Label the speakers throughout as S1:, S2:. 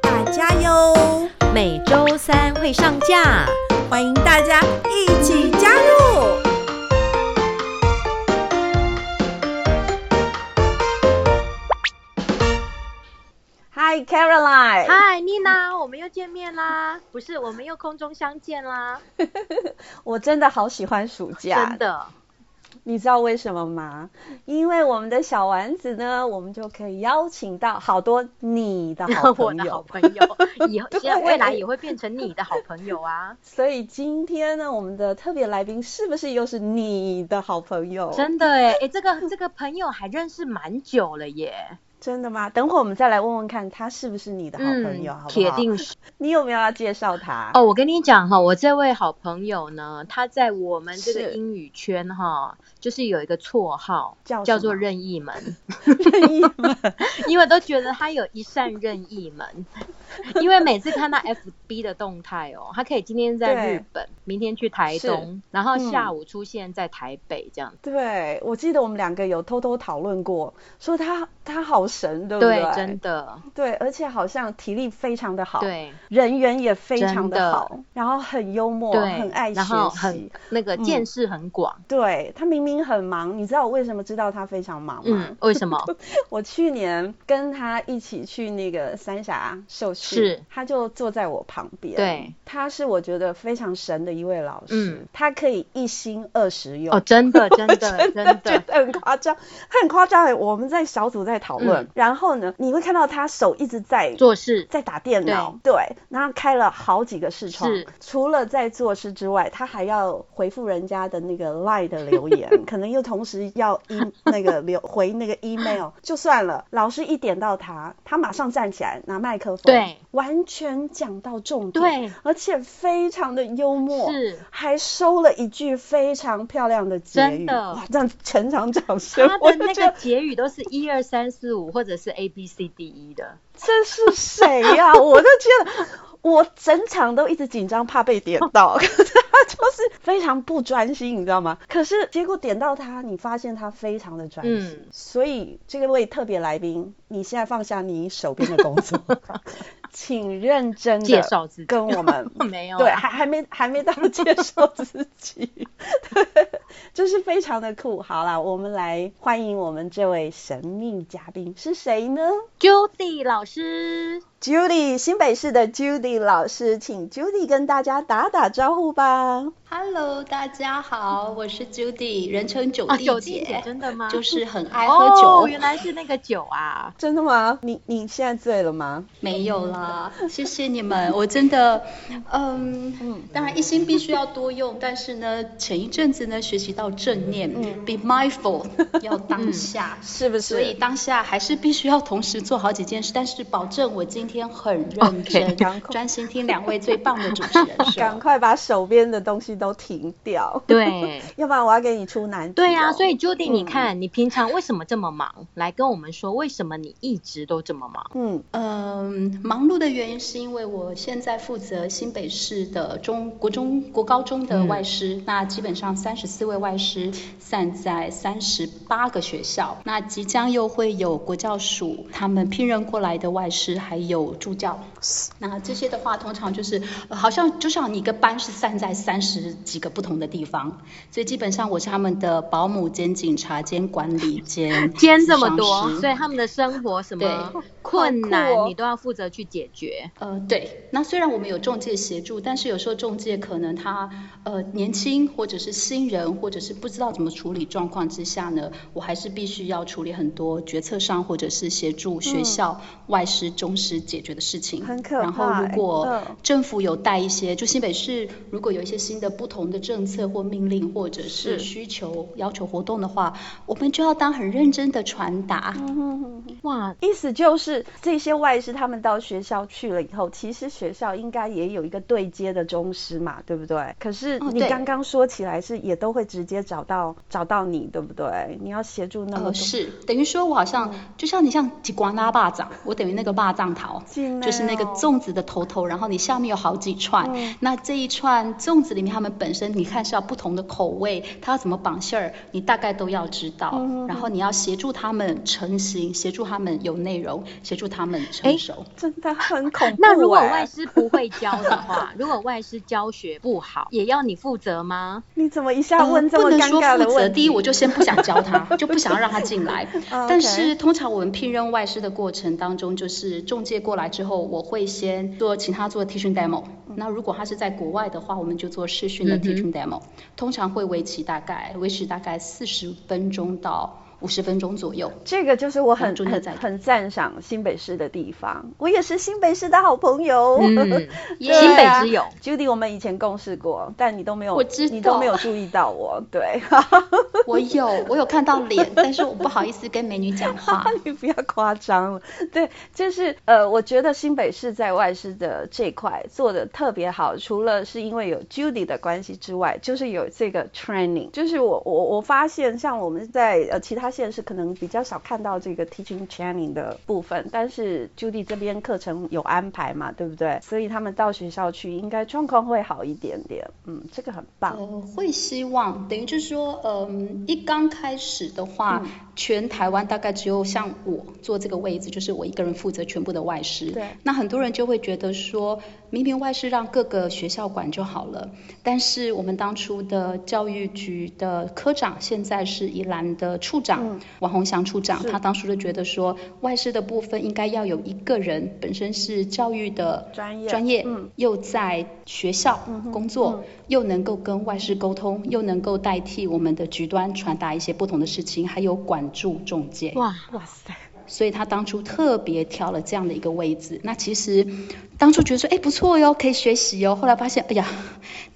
S1: 大家哟，
S2: 每周三会上架。
S1: 欢迎大家一起加入。
S3: Hi Caroline，
S2: 嗨，妮娜，我们又见面啦！不是，我们又空中相见啦！
S3: 我真的好喜欢暑假
S2: 真，的，
S3: 你知道为什么吗？因为我们的小丸子呢，我们就可以邀请到好多你的 好
S2: 我
S3: 朋
S2: 的好
S3: 友。
S2: 朋友，以后
S3: 对
S2: 现在未来也会变成你的好朋友啊！
S3: 所以今天呢，我们的特别来宾是不是又是你的好朋友？
S2: 真的哎，哎，这个这个朋友还认识蛮久了耶。
S3: 真的吗？等会我们再来问问看，他是不是你的好朋友，好不好？
S2: 嗯铁定是。
S3: 你有没有要介绍他？
S2: 哦，我跟你讲哈，我这位好朋友呢，他在我们这个
S3: 是
S2: 英语圈哈，就是有一个绰号
S3: 叫
S2: 叫
S3: 什
S2: 做
S3: 么
S2: 任意门，
S3: 任意门
S2: 因为都觉得他有一扇任意门，因为每次看到 FB 的动态哦，他可以今天在
S3: 对
S2: 日本，明天去台
S3: 是
S2: 东，然后
S3: 嗯
S2: 下午出现在台北这样。
S3: 对，我记得我们两个有偷偷讨论过，说他他好神，对不
S2: 对
S3: 对？，
S2: 真的，
S3: 对，而且好像体力非常的好。。
S2: 对。
S3: 人缘也非
S2: 真
S3: 常
S2: 的
S3: 的好，然后很幽默，
S2: 对，
S3: 很爱学
S2: 然后很
S3: 习。
S2: 那个
S3: 嗯
S2: 见识很广，
S3: 对他明明很忙，你知道我为什么知道他非常忙吗？
S2: 嗯，为什 么？
S3: 我去年跟他一起去那个三峡受训，
S2: 是
S3: 他就坐在我旁边。
S2: 对，
S3: 他是我觉得非常神的一位老师，
S2: 嗯
S3: 他可以一心二十用。
S2: 哦，真的，真的，真
S3: 真觉得很夸张，他很夸张欸。我们在小组在讨论，
S2: 嗯
S3: 然后呢，你会看到他手一直在
S2: 做 事
S3: 在打电脑，对，然后开了好几个视窗
S2: 是，
S3: 除了在做事之外，他还要回复人家的那个 Line 的留 言，可能又同时要 e 那个留回那个 email，就算了。老师一点到他，他马上站起来拿麦克风，
S2: 对，
S3: 完全讲到重点，，
S2: 对，
S3: 而且非常的幽默，
S2: 是
S3: 还收了一句非常漂亮的结语，
S2: 真的
S3: 哇，让全场掌声，
S2: 他
S3: 我
S2: 的
S3: 就
S2: 那
S3: 觉
S2: 个
S3: 得
S2: 结语都是一二三四五，或者是 A B C D E 的，
S3: 这是谁呀、 我都觉得我整场都一直紧张，怕被点 到，可是他就是非常不专心，你知道吗？可是结果点到他，你发现他非常的专心，
S2: 嗯
S3: 所以这位特别来宾，你现在放下你手边的工 作，请认真的
S2: 介绍自己
S3: 跟我们
S4: 嗯
S2: 没有啊
S3: 对，还还没还没到接受自己， 对，就是非常的酷。好啦，我们来欢迎我们这位神秘嘉宾是谁呢
S2: ，Judy 老师，
S3: ？Judy，新北市的 Judy 老师，请 Judy 跟大家打打招呼吧。
S4: Hello，大家好，我是 Judy，人称九
S2: 嗯啊，
S4: 弟
S2: 酒弟姐真的吗？
S4: 就是很爱喝酒。
S2: 哦，原来是那个酒啊，
S3: 真的吗？你你现在醉了吗？
S4: 没有啦，谢谢 你们，我真的，嗯，当然一心必须要多用，但是呢，前一阵子呢学习到正念、b
S2: 嗯
S4: e mindful，要当下。
S3: 是不
S4: 所以
S3: 是？
S4: 当下还是必须要同时做好几件事，但是保证我今天很认
S2: OK，
S4: 真
S3: 赶快
S4: 专心听两位最棒的主持人
S3: 赶
S4: 说。
S3: 快把手边的东西都停掉，
S2: 对。
S3: 要不然我要给你出难题哦、
S2: 对啊，所
S3: 以
S2: 以 Judy，你看、你平常为什么这么忙？来跟我们说，为什么你一直都这么忙？
S3: 嗯，
S4: 嗯，忙碌的原因是因为我现在负责新北市的中国中国高中的外师，
S2: 嗯
S4: 那基本上三十四位外师散在三十八个学校，那即将又会有国教署他们聘任过来的外师，还有助教。那这些的话，通常就是、呃好像就像你一个班是散在三十几个不同的地方，所以基本上我是他们的保姆兼警察兼管理 兼
S2: 兼这么
S4: 咨
S2: 多
S4: 商，师
S2: 所以他们的生活什么
S4: 对
S2: 困难、
S3: 好酷哦
S2: 你都要负责去解决。
S4: 呃，对，那虽然我们有中介协助，但是有时候中介可能他呃年轻，或者是新人，或者是不知道怎么处理状况之下呢，我还是必须要处理很多决策上，或者是协助学校、外师、中师、解决的事情，
S3: 嗯很可怕
S4: 然后如果
S3: 嗯
S4: 政府有带一些，就新北市如果有一些新的不同的政策或命令，或者
S1: 是
S4: 是需求要求活动的话，我们就要当很认真的传达。
S2: 哇，
S3: 意思就是，这些外师他们到学校去了以后，其实学校应该也有一个对接的中师嘛，对不对？可是
S4: 哦
S3: 你
S4: 对
S3: 刚刚说起来是也都会直接找到找到你，对不对？你要协助那么多，
S4: 呃，是等于说我好
S3: 嗯
S4: 像就像你像几光拉霸掌，我等于那个霸掌桃，
S3: 进来
S4: 就是那个
S3: 哦
S4: 粽子的头头，然后你下面有好几串，
S3: 嗯
S4: 那这一串粽子里面，它们本身你看是要不同的口味，它要怎么绑馅儿，你大概都要知道，
S3: 嗯哼
S4: 然后你要协助他们成型，协助他们有内容，协助他们成熟。
S3: 真的很恐怖、欸。
S2: 那如果外师不会教的话， 如果外师教学不好，也要你负责吗？
S3: 你怎么一下问这
S4: 嗯呃不
S3: 么
S4: 能
S3: 尴
S4: 说
S3: 尬的
S4: 负责，
S3: 问题？
S4: 第一我就先不想教他， 就不想要让他进来。
S3: 啊
S4: 但
S3: OK
S4: 是通常我们聘任外师的过程当中，就是中介过来之后，我会先做请他做 teaching demo。那如果他是在国外的话，我们就做视讯的
S2: 嗯嗯哼
S4: teaching demo，、通常会为期大概维持大概四十分钟到五十分钟左右。
S3: 这个就是我很
S4: 中间
S3: 很
S4: 在
S3: 很赞赏新北市的地方，我也是新北市的好朋 友。
S2: 嗯
S3: 对啊
S2: 新北之友
S3: Judy，我们以前共事过，但你都没有，
S4: 我知道
S3: 你都没有注意到我，对，
S4: 我有我有看到脸，但是我不好意思跟美女讲 话。
S3: 你不要夸张了。对，就是呃，我觉得新北市在外事的这一块做的特别好，除了是因为有 Judy 的关系之外，就是有这个 training，就是我我我发现像我们在呃其他县市可能比较少看到这个 teaching training 的部分，但是 Judy 这边课程有安排嘛，对不对？所以他们到学校去应该状况会好一点点，嗯，这个很棒。
S4: 呃，会希望等于就是说，嗯，一刚开始的话，
S2: 嗯
S4: 全台湾大概只有像我坐这个位置，就是我一个人负责全部的外事。
S3: 对
S4: 那很多人就会觉得说，明明外事让各个学校管就好了，但是我们当初的教育局的科长，现在是宜兰的处长、
S3: 嗯
S4: 王宏祥处长，
S3: 是
S4: 他当初就觉得说，外事的部分应该要有一个人本身是教育的
S3: 专业
S4: 专业，
S3: 嗯
S4: 又在学校
S3: 嗯哼
S4: 工作。
S3: 嗯
S4: 又能够跟外事沟通，又能够代替我们的局端传达一些不同的事情，还有管住中介。
S2: 哇，
S3: 哇塞，
S4: 所以他当初特别挑了这样的一个位置。那其实当初觉得说，哎，不错哟，可以学习哟。后来发现，哎呀，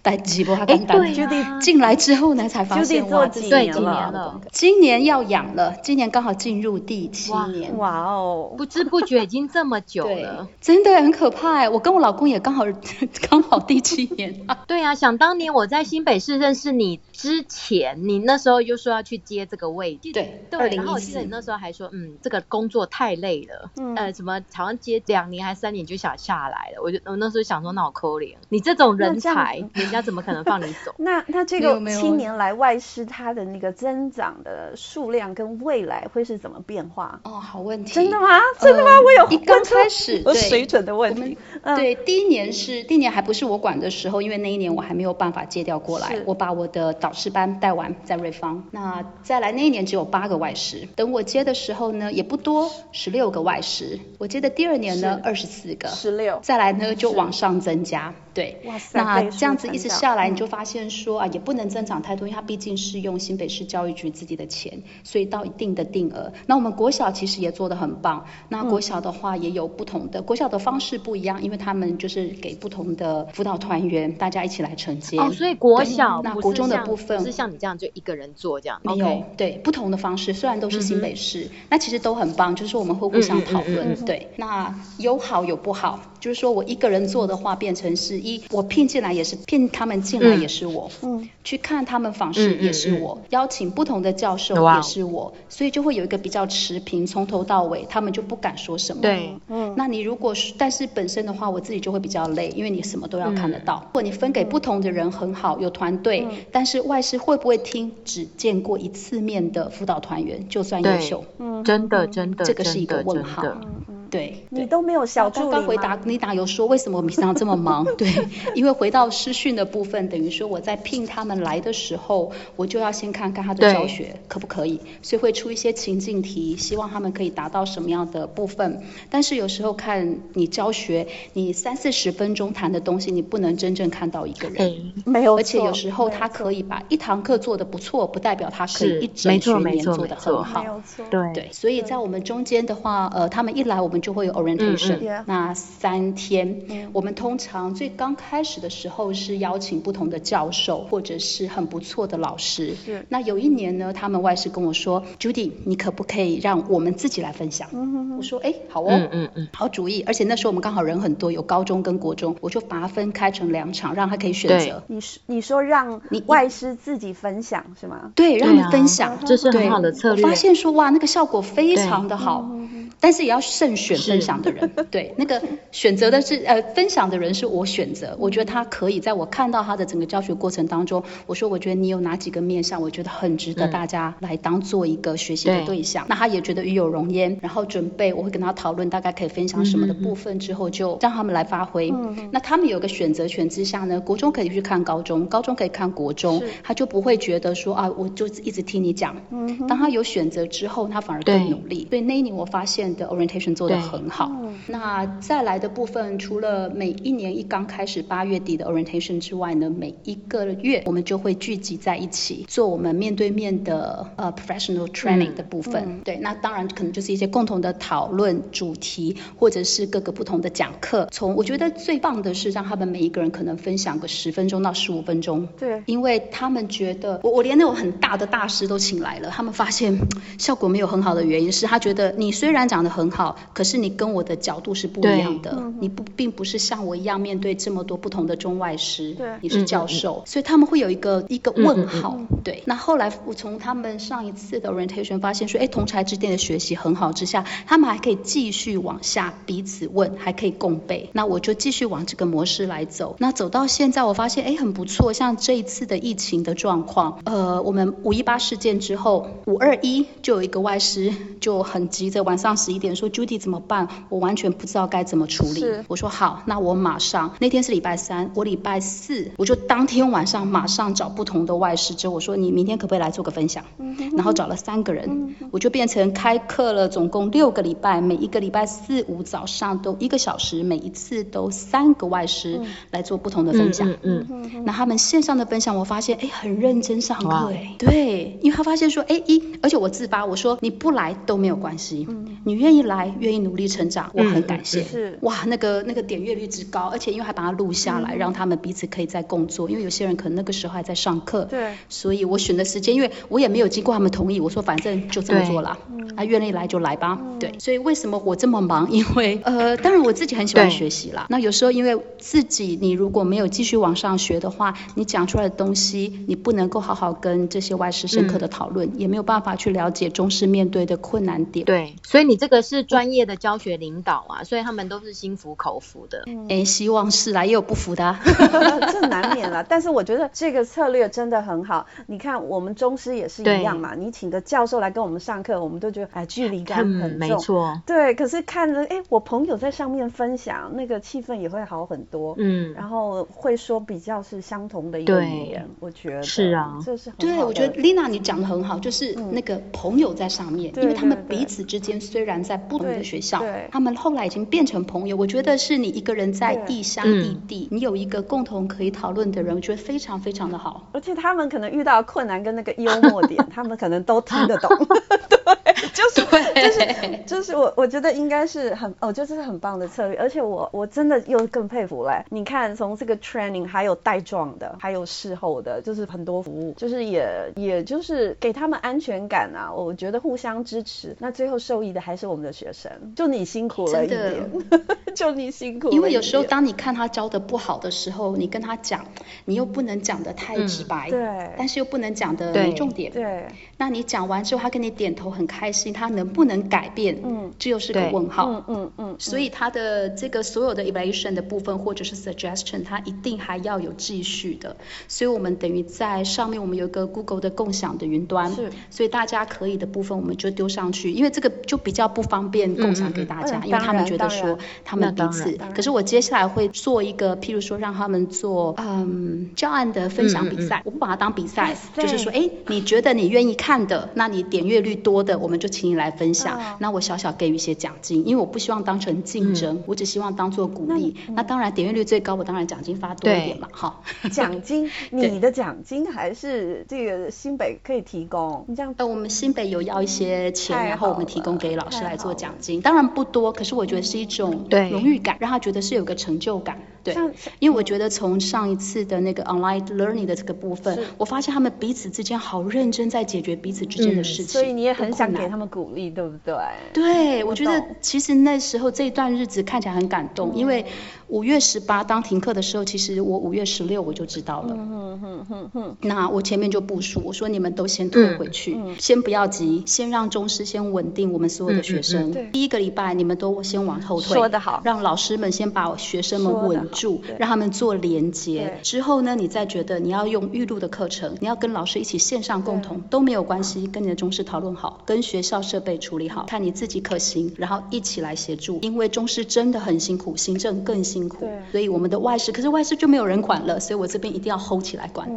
S4: 待鸡不还
S2: 哎，
S4: 敢打。
S2: 对啊，
S4: 进来之后呢，才发
S3: Judy
S4: 现
S3: 做
S4: 哇，
S3: 几
S4: 自己
S2: 对
S3: 年
S2: 几
S3: 了
S2: 年了，
S4: 今年要养了，今年刚好进入第七
S2: 哇
S4: 年。
S3: 哇哦，
S2: 不知不觉已经这么久
S4: 对
S2: 了。，
S4: 真的很可怕哎！我跟我老公也刚好 刚好第七年，
S2: 对啊，想当年我在新北市认识你之前，你那时候就说要去接这个位置。
S4: 对
S2: 对，然后我记得
S4: 2014
S2: 你那时候还说，嗯，这个工作太累了，
S3: 嗯
S2: 呃，什么好像接两年还三年就想下来了。我就我那时候想说，那我扣脸，你这种人
S3: 那这样？
S2: 才，人家怎么可能放你走
S3: 那那这
S4: 没
S3: 个
S4: 有没有
S3: 七年来外师它的那个增长的数量跟未来会是怎么变化？
S4: 哦，好问题，
S3: 真的吗？真的吗？
S4: 呃
S3: 我有
S4: 一
S3: 问
S4: 刚
S3: 出
S4: 开始
S3: 我
S4: 对
S3: 水准的问
S4: 我们
S3: 题。嗯
S4: 对，第一年是第一年还不是我管的时候，因为那一年我还没有办法借调过来
S3: 是，
S4: 我把我的导师班带完在瑞芳。那再来那一年只有八个外师，等我接的时候呢也不多，十六个外师。我接的第二年呢二十四个，
S3: 十六，
S4: 再来呢就往上增加，对。
S3: 哇塞，
S4: 那
S3: 倍数
S4: 这样子一直
S3: 增长
S4: 下来，你就
S2: 嗯
S4: 发现说啊，也不能增长太多，因为它毕竟是用新北市教育局自己的钱，所以到一定的定额。那我们国小其实也做得很棒，那
S2: 嗯
S4: 国小的话也有不同的，国小的方式不一样，因为他们就是给不同的辅导团员大家一起来承接。
S2: 哦，所以国
S4: 对
S2: 小
S4: 那
S2: 不
S4: 国
S2: 是
S4: 中的
S2: 像
S4: 部分
S2: 不是像你这样就一个人做这样，
S4: 没
S2: OK
S4: 有对不同的方式，虽然都是新北市，那其实都很棒，就是我们会互
S2: 嗯
S4: 相
S2: 嗯
S4: 讨论。
S2: 嗯
S4: 对，那有好有不好，就是说我一个人做的话，变成是一我聘进来也是聘他们进来
S2: 嗯
S4: 也是我，
S3: 嗯，
S4: 去看他们访视
S2: 嗯嗯
S4: 也是我，邀请不同的教授
S2: 哇哦
S4: 也是我，所以就会有一个比较持平，从头到尾他们就不敢说什么。
S2: 对，
S3: 嗯，
S4: 那你如果是，但是本身的话，我自己就会比较累，因为你什么都要看得
S2: 嗯
S4: 到。如果你分给不同的人很好，有团队，
S3: 嗯
S4: 但是外师会不会听只见过一次面的辅导团员就算优秀？
S3: 嗯
S2: 真的真的，
S4: 这个是一个
S2: 真的
S4: 问号
S2: 真的
S3: 嗯嗯
S4: 对，
S3: 你都没有小助
S4: 刚
S3: 理
S4: 刚回
S3: 吗
S4: 答你打有说为什么我平常这么 忙？对，因为回到师训的部分，等于说我在聘他们来的时候，我就要先看看他
S2: 对
S4: 的教学可不可以，所以会出一些情境题，希望他们可以达到什么样的部分。但是有时候看你教学，你三四十分钟谈的东西，你不能真正看到一个人。
S2: 哎
S3: 没有错，
S4: 而且有时候
S3: 没有
S4: 他可以把一堂课做得不错，不代表他可
S2: 是
S4: 以一整
S2: 没错
S4: 学
S2: 没
S4: 年
S2: 错
S4: 做
S2: 没
S4: 得
S2: 错
S3: 错
S4: 很好
S3: 没。有错，
S2: 对
S4: 对，所以在我们中间的话，呃，他们一来我们们就会有 orientation，、
S2: 嗯
S3: 嗯
S4: 那三天、
S3: 嗯
S4: 我们通常最刚开始的时候是邀请不同的教授或者是很不错的老师。
S3: 是
S4: 那有一年呢，他们外师跟我说，Judy，你可不可以让我们自己来分享？
S3: 嗯哼
S4: 我
S3: 哼，
S4: 说，哎，好哦。
S2: 嗯嗯嗯，
S4: 好主意，而且那时候我们刚好人很多，有高中跟国中，我就把它分开成两场，让他可以选择。
S3: 你是你说让
S4: 你
S3: 外师自己分享是吗？
S4: 对，让
S2: 对
S4: 你
S2: 啊
S4: 分享，
S2: 这是很好的策略
S4: 我发现说哇，那个效果非常的好，
S3: 嗯哼
S4: 但是也要慎选
S2: 是
S4: 分享的人。 对，那个选择的是呃，分享的人是我选择，我觉得他可以在我看到他的整个教学过程当中，我说我觉得你有哪几个面向，我觉得很值得
S2: 嗯
S4: 大家来当做一个学习的
S2: 对
S4: 对象。那他也觉得与有荣焉，然后准备我会跟他讨论大概可以分享什么的部分之后，就让他们来发挥。
S3: 嗯嗯
S4: 那他们有个选择权之下呢，国中可以去看高中，高中可以看国中
S3: 是，
S4: 他就不会觉得说啊，我就一直听你讲。
S3: 嗯哼，
S4: 当他有选择之后，他反而
S2: 对
S4: 更努力。所以那一年我发现的 orientation 做得
S2: 对
S4: 很好。
S3: 嗯
S4: 那再来的部分，除了每一年一刚开始八月底的 orientation 之外呢，每一个月我们就会聚集在一起做我们面对面的呃 professional training
S2: 嗯
S4: 的部分。对，那当然可能就是一些共同的讨论主题，或者是各个不同的讲课。从我觉得最棒的是让他们每一个人可能分享个十分钟到十五分钟，
S3: 对，
S4: 因为他们觉得我我连那种很大的大师都请来了，他们发现效果没有很好的原因是他觉得你虽然讲得很好，可是你跟我的角度是不一样
S3: 对
S4: 的
S3: 嗯，
S4: 你不并不是像我一样面对这么多不同的中外师
S3: 对，
S4: 你是教授，所以他们会有一个一个问号。
S3: 嗯
S4: 对，那后来我从他们上一次的 orientation 发现说，哎，同才之间的学习很好之下，他们还可以继续往下彼此问，还可以共备。那我就继续往这个模式来走。那走到现在，我发现哎很不错，像这一次的疫情的状况，呃，我们五一八事件之后，五二一就有一个外师
S3: 嗯
S4: 就很急着晚上十一点说 Judy 怎么办？我完全不知道该怎么处理
S3: 是。
S4: 我说好，那我马上那天是礼拜三，我礼拜四我就当天晚上马上找不同的外师，之后我说你明天可不可以来做个分享？
S3: 嗯哼
S4: 然后找了三个人
S3: 嗯，
S4: 我就变成开课了，总共六个礼拜，每一个礼拜四五早上都一个小时，每一次都三个外
S3: 嗯
S4: 师来做不同的分享。
S2: 嗯嗯嗯，
S3: 嗯哼
S4: 那他们线上的分享，我发现哎，很认真上
S2: 哇
S4: 课哎，对，因为他发现说哎一，而且我自发我说你不来都没有关系，
S3: 嗯
S4: 你愿意来，愿意努力成长，我很感谢。
S3: 是
S4: 哇，那个那个点阅率之高，而且因为还把它录下来，让他们彼此可以在工作，因为有些人可能那个时候还在上课，
S3: 对
S4: 所以我选的时间，因为我也没有经过他们同意，我说反正就这么做啦，啊，愿意来就来吧，
S2: 嗯
S4: 对。所以为什么我这么忙？因 为呃，当然我自己很喜欢
S2: 对
S4: 学习啦。那有时候因为自己，你如果没有继续往上学的话，你讲出来的东西，你不能够好好跟这些外师深刻的讨论，也没有办法去了解中师面对的困难点。
S2: 嗯对，所以你这个是
S4: 嗯
S2: 专业的教学领导啊，所以他们都是心服口服的。
S4: 哎，希望是啦，也有不服的、啊。
S3: 这难免了，但是我觉得这个策略真的很好。你看，我们中师也是一样嘛，你请个教授来跟我们上课，我们都觉得哎，距离感
S2: 嗯，
S3: 很
S2: 没
S3: 重。
S2: 错，
S3: 对，可是看着哎，我朋友在上面分享，那个气氛也会好很多。
S2: 嗯，
S3: 然后会说比较是相同的一个
S2: 对
S3: 语言，我觉得
S2: 是啊
S3: 这是很
S4: 对，
S3: 好
S4: 我觉
S3: 的嗯
S4: 得 Lina 你讲的很好，就是那个朋友在上面，
S3: 对
S4: 因为他们
S3: 对对
S4: 彼此之间虽然在不同的
S3: 对
S4: 学校
S3: 对，
S4: 他们后来已经变成朋友。我觉得是你一个人在
S3: 对
S4: 异乡
S2: 嗯
S4: 异地，你有一个共同可以讨论的人，我觉得非常非常的好。
S3: 而且他们可能遇到困难跟那个幽默 点，他们可能都听得懂。 对，就是就是就是我我觉得应该是很哦，就是很棒的策略。而且我我真的又更佩服嘞。你看，从这个 training 还有带状的，还有事后的，就是很多服务，就是也也就是给他们安全感啊。我觉得互相支持，那最后受益的还是我们的学生。就你辛苦了一
S4: 真的
S3: 点， 就你辛苦了一点。
S4: 因为有时候当你看他教的不好的时候，你跟他讲，你又不能讲的太
S2: 嗯
S4: 直白，
S3: 对
S4: 但是又不能讲的
S2: 对
S4: 没重点，
S3: 对
S4: 那你讲完之后，他跟你点头很开心，他能不能改变，
S3: 嗯，
S4: 这又是个
S2: 对
S4: 问号。
S3: 嗯嗯嗯，
S4: 所以它的这个所有的 evaluation 的部分或者是 suggestion，它一定还要有继续的。所以我们等于在上面我们有一个 Google 的共享的云端，
S3: 是
S4: 所以大家可以的部分我们就丢上去，因为这个就比较不方便共享给大家，
S3: 嗯嗯嗯
S4: 因为他们
S3: 嗯
S4: 觉得
S3: 当然
S4: 说他们彼
S2: 那当
S4: 此
S2: 然
S3: 当。然
S4: 可是我接下来会做一个，譬如说让他们做嗯教案的分享
S3: 嗯
S4: 比赛，我不把它当比赛
S3: 哇，塞
S4: 就是说哎你觉得你愿意看的，那你点阅率多的我们就请你来分享，
S3: 哦
S4: 那我小小给予一些奖金，因为我不希望当成竞争，
S3: 嗯
S4: 我只希望当做鼓励。那当然点阅率最高，我当然奖金发多一点嘛，哈。
S3: 奖金，你的奖金还是这个新北可以提供？你这样
S4: 呃，我们新北有要一些钱，
S3: 太
S4: 然后我
S3: 好
S4: 们提
S3: 了
S4: 供给老师
S3: 太
S4: 来做
S3: 好
S4: 奖金，当然不多，可是我觉得是一种
S2: 对
S4: 荣誉感，让他觉得是有个成就感，对。
S3: 像像
S4: 因为我觉得从上一次的那个 online learning 的这个部分，我发现他们彼此之间好认真在解决彼此之间的
S2: 嗯
S4: 事情，
S5: 所以你也很想
S4: 困
S5: 给
S4: 难
S5: 他们鼓励，对不对？
S4: 对，我
S5: 我
S4: 觉得
S5: 懂
S4: 其实那时候这一段日子看起来很感
S5: 嗯
S4: 动，因为五月十八当停课的时候，其实我五月十六我就知道了。
S5: 嗯嗯哼哼哼，
S4: 那我前面就部署，我说你们都先退回去，先不要急，先让中师先稳定我们所有
S5: 嗯
S4: 的学生。
S3: 对
S4: 第一个礼拜你们都先往后退，
S5: 说得好
S4: 让老师们先把学生们
S3: 说得好
S4: 稳住
S3: 对，
S4: 让他们做连接
S3: 对。
S4: 之后呢，你再觉得你要用预录的课程，你要跟老师一起线上共同都没有关系，跟你的中师讨论好，跟学校设备处理好，看你自己可行，然后一起来协助。因为中师真的很辛苦，行政更辛苦
S3: 对，
S4: 所以我们的外事，可是外事就没有人管了，所以我这边一定要 hold 起来管。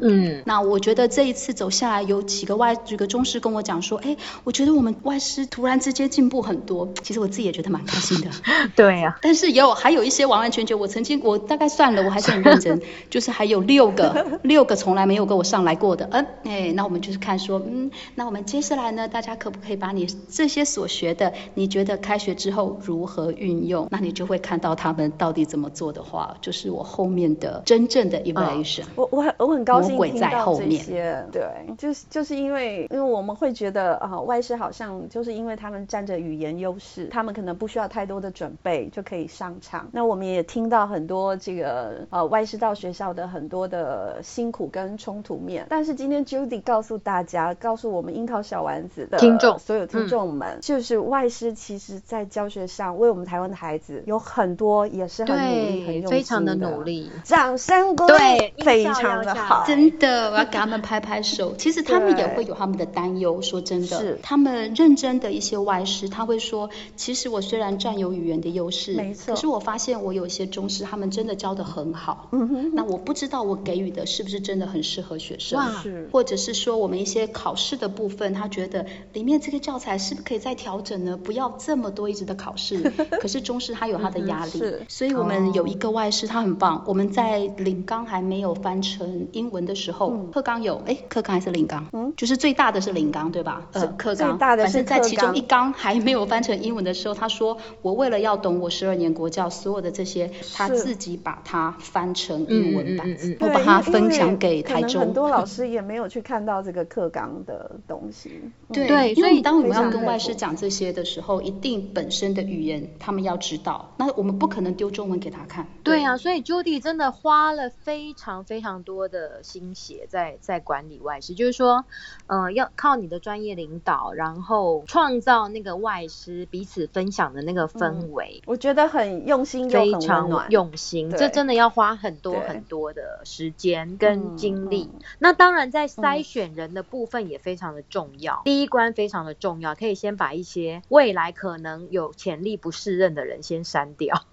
S2: 嗯，
S4: 那我觉得这一次走下来，有几个外几个中师跟我讲说，哎，我觉得我们外师突然之间进步很多。其实我自己也觉得蛮开心的，
S2: 对呀、
S4: 但是也有还有一些完完全全，我曾经我大概算了，我还是很认 真，就是还有六个六个从来没有跟我上来过的，嗯，哎，那我们就是看说，嗯，那我们接下来呢，大家可不可以把你这些所学的，你觉得开学之后如何运用？那你就会看到他们到底怎么做的话，就是我后面的真正
S2: 啊
S4: 的 evaluation。
S3: 我我很我很高兴
S4: 魔鬼
S3: 听
S4: 在
S3: 到
S4: 后
S3: 这
S4: 面
S3: 些，对，就是就是因为因为我们会觉得啊、外师好像就是因为他们占着语言优势，他们可能不需要太多的准备就可以上场。那我们也听到很多这个呃外师到学校的很多的辛苦跟冲突面，但是今天 Judy 告诉大家，告诉我们樱桃小丸子的
S2: 听众嗯
S3: 所有听众们，就是外师其实在教学上为我们台湾的孩子有很多也是很努力、很
S2: 对，
S3: 用
S2: 非常
S3: 心
S2: 的
S3: 的
S2: 努。力，
S3: 掌声鼓
S2: 对
S3: 励，非
S2: 音效
S3: 常
S2: 要
S3: 的
S2: 下
S3: 好
S2: 来。
S4: 真的，我要给他们拍拍 手。其实他们
S3: 对
S4: 也会有他们的担忧，说真的
S3: 是，
S4: 他们认真的一些外师，他会说，其实我虽然占有语言的优势，
S3: 没错
S4: 可是我发现我有一些中师，他们真的教的很好。
S3: 嗯哼，
S4: 那我不知道我给予的是不是真的很适合学生，
S2: 哇
S3: 是
S4: 或者是说我们一些考试的部分，他觉得里面这个教材是不是可以再调整呢？不要这么多一直的考 试。可是中师他有他的压力，
S3: 嗯是
S4: 所以我们有一个外师，他很棒。我们在领纲还没有翻成英文的时候，课纲有，哎，课纲还是领纲？
S3: 嗯
S4: 就是最大的是领纲对吧？呃，课纲，
S3: 最大的是
S4: 反正在其
S3: 课纲
S4: 中一纲还没有翻成英文的时候，他说我为了要懂我十二年国教所有的这些，他自己把它翻成英文版，
S2: 嗯嗯嗯嗯
S4: 我
S3: 对
S4: 把它
S3: 因为
S4: 分享给
S3: 可
S4: 台
S3: 能
S4: 中。
S3: 很多老师也没有去看到这个课纲的东西。嗯
S4: 对，
S2: 对
S4: 因
S2: 所
S4: 为
S2: 以
S4: 当我们
S3: 非
S4: 要
S3: 常
S4: 跟
S3: 佩
S4: 外
S3: 服
S4: 师讲这些的时候，一定本身的语言他们要知道，那我们不可能丢中文给他看。
S2: 对啊呀、所以 Judy 真的花了非常非常多的心血在在管理外师，就是说，呃，要靠你的专业领导，然后创造那个外师彼此分享的那个
S4: 嗯
S2: 氛围，
S3: 我觉得很用心又
S2: 非
S3: 很温
S2: 常
S3: 暖。
S2: 用心，
S3: 对
S2: 这真的要花很多
S3: 对
S2: 很多的时间跟精力。
S3: 嗯
S2: 那当然，在筛选人的部分也非常的重要，第一关非常的重要，可以先把一些未来可能有潜力不适任的人先删掉。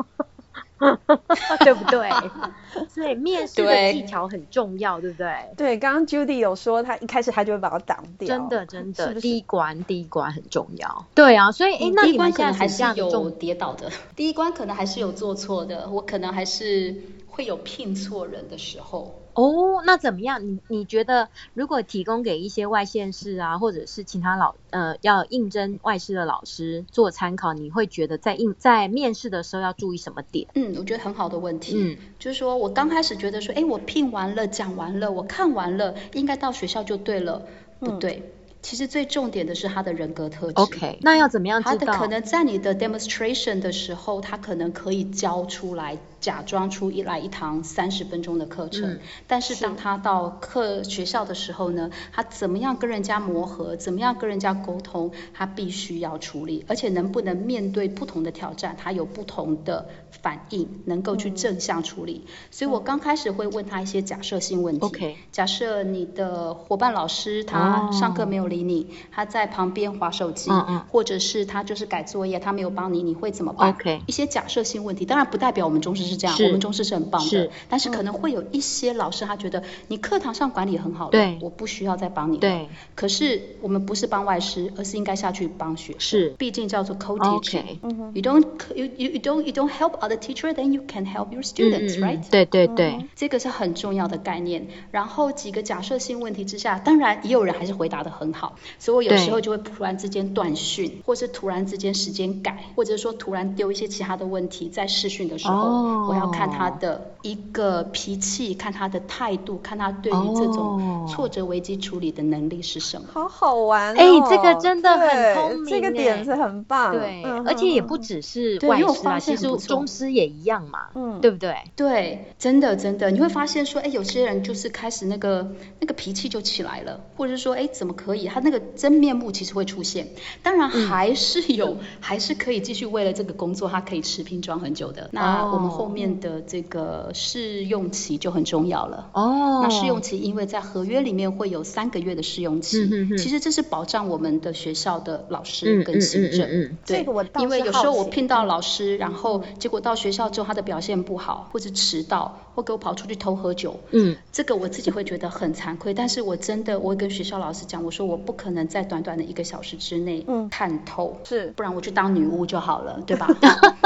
S2: 对不对？ 所以面试的
S4: 对
S2: 技巧很重要，对不对？
S3: 对，刚刚 Judy 有说，他一开始他就会把我挡掉。
S2: 真的，真的，
S3: 是不是
S2: 第一关，第一关很重要。对啊，所以哎，那
S4: 第一
S2: 你
S4: 关
S2: 们
S4: 可
S2: 现在
S4: 能还
S2: 暑
S4: 是
S2: 假的
S4: 有
S2: 重，
S4: 跌倒的， 第一关可能还是有做错的，我可能还是会有聘错人的时候。
S2: 哦，那怎么样？你你觉得，如果提供给一些外县市啊，或者是其他老呃要应征外师的老师做参考，你会觉得在应在面试的时候要注意什么点？
S4: 嗯，我觉得很好的问题。
S2: 嗯，
S4: 就是说我刚开始觉得说，哎，我聘完了，讲完了，我看完了，应该到学校就对了，不对。其实最重点的是他的人格特质。
S2: 嗯 OK，那要怎么样
S4: 他
S2: 知
S4: 的
S2: 道？
S4: 可能在你的 demonstration 的时候，他可能可以教出来，假装出一来一堂三十分钟的课程，
S2: 嗯
S4: 但是当他到课学校的时候呢，他怎么样跟人家磨合，怎么样跟人家沟通，他必须要处理，而且能不能面对不同的挑战，他有不同的反应，能够去正向处理。所以我刚开始会问他一些假设性问题。
S2: 嗯 OK
S4: 假设你的伙伴老师他上课没有
S2: 哦
S4: 理你，他在旁边划手机，
S2: 嗯嗯
S4: 或者是他就是改作业，他没有帮你，你会怎么办
S2: OK
S4: 一些假设性问题，当然不代表我们中师是这样，
S2: 是
S4: 我们中师是很棒的，
S2: 是
S4: 但是可能会有一些老师他觉得你课堂上管理很好了，
S2: 对
S4: 我不需要再帮你了，
S2: 对，
S4: 可是我们不是帮外师，而是应该下去帮学生，
S2: 是
S4: 毕竟叫做 co-teaching。
S2: OK，
S4: You don't you you you don't you don't help other teacher, then you can help your
S2: 嗯
S4: students,
S2: 嗯嗯
S4: right?，
S2: 对对嗯对，
S4: 这个是很重要的概念。然后几个假设性问题之下，当然也有人还是回答的很好，所以我有
S2: 对
S4: 时候就会突然之间断讯，或是突然之间时间改，或者说突然丢一些其他的问题在试训的时候，
S2: 哦
S4: 我要看他的一个脾气，看他的态度，看他对于这
S2: 哦
S4: 种挫折危机处理的能力是什么。
S3: 好好玩哦！
S1: 哎这个真的很
S3: 对
S1: 聪明
S3: 这个
S1: 哎
S3: 点子很棒。
S1: 对
S3: 嗯，
S1: 而且也不只是
S4: 对
S1: 外
S4: 因为我
S1: 师啊，
S4: 发
S1: 其
S4: 现
S1: 实
S4: 很不错
S1: 中师也一样嘛，
S3: 嗯
S1: 对不对？
S4: 对，真的真的，你会发现说，哎，有些人就是开始那个那个脾气就起来了，或者是说，哎，怎么可以？他那个真面目其实会出现。当然还是有，还是可以继续为了这个工作，他可以持拼装很久的。那我们后面的这个试用期就很重要了。
S2: 哦
S4: 那试用期，因为在合约里面会有三个月的试用期，
S2: 嗯嗯嗯
S4: 其实这是保障我们的学校的老
S2: 嗯
S4: 师
S2: 嗯
S4: 跟行政。
S2: 嗯嗯嗯
S4: 对，
S3: 这个我倒
S4: 因为
S3: 是
S4: 有时
S3: 好
S4: 候我
S3: 奇
S4: 聘到老师，然后结果到学校之后他的表现不好，或者迟到，或给我跑出去偷喝酒，
S2: 嗯，
S4: 这个我自己会觉得很惭愧。但是我真的，我会跟学校老师讲，我说我不可能在短短的一个小时之内
S3: 嗯
S4: 看透，
S3: 是
S4: 不然我去当女巫就好了，对吧？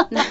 S4: 那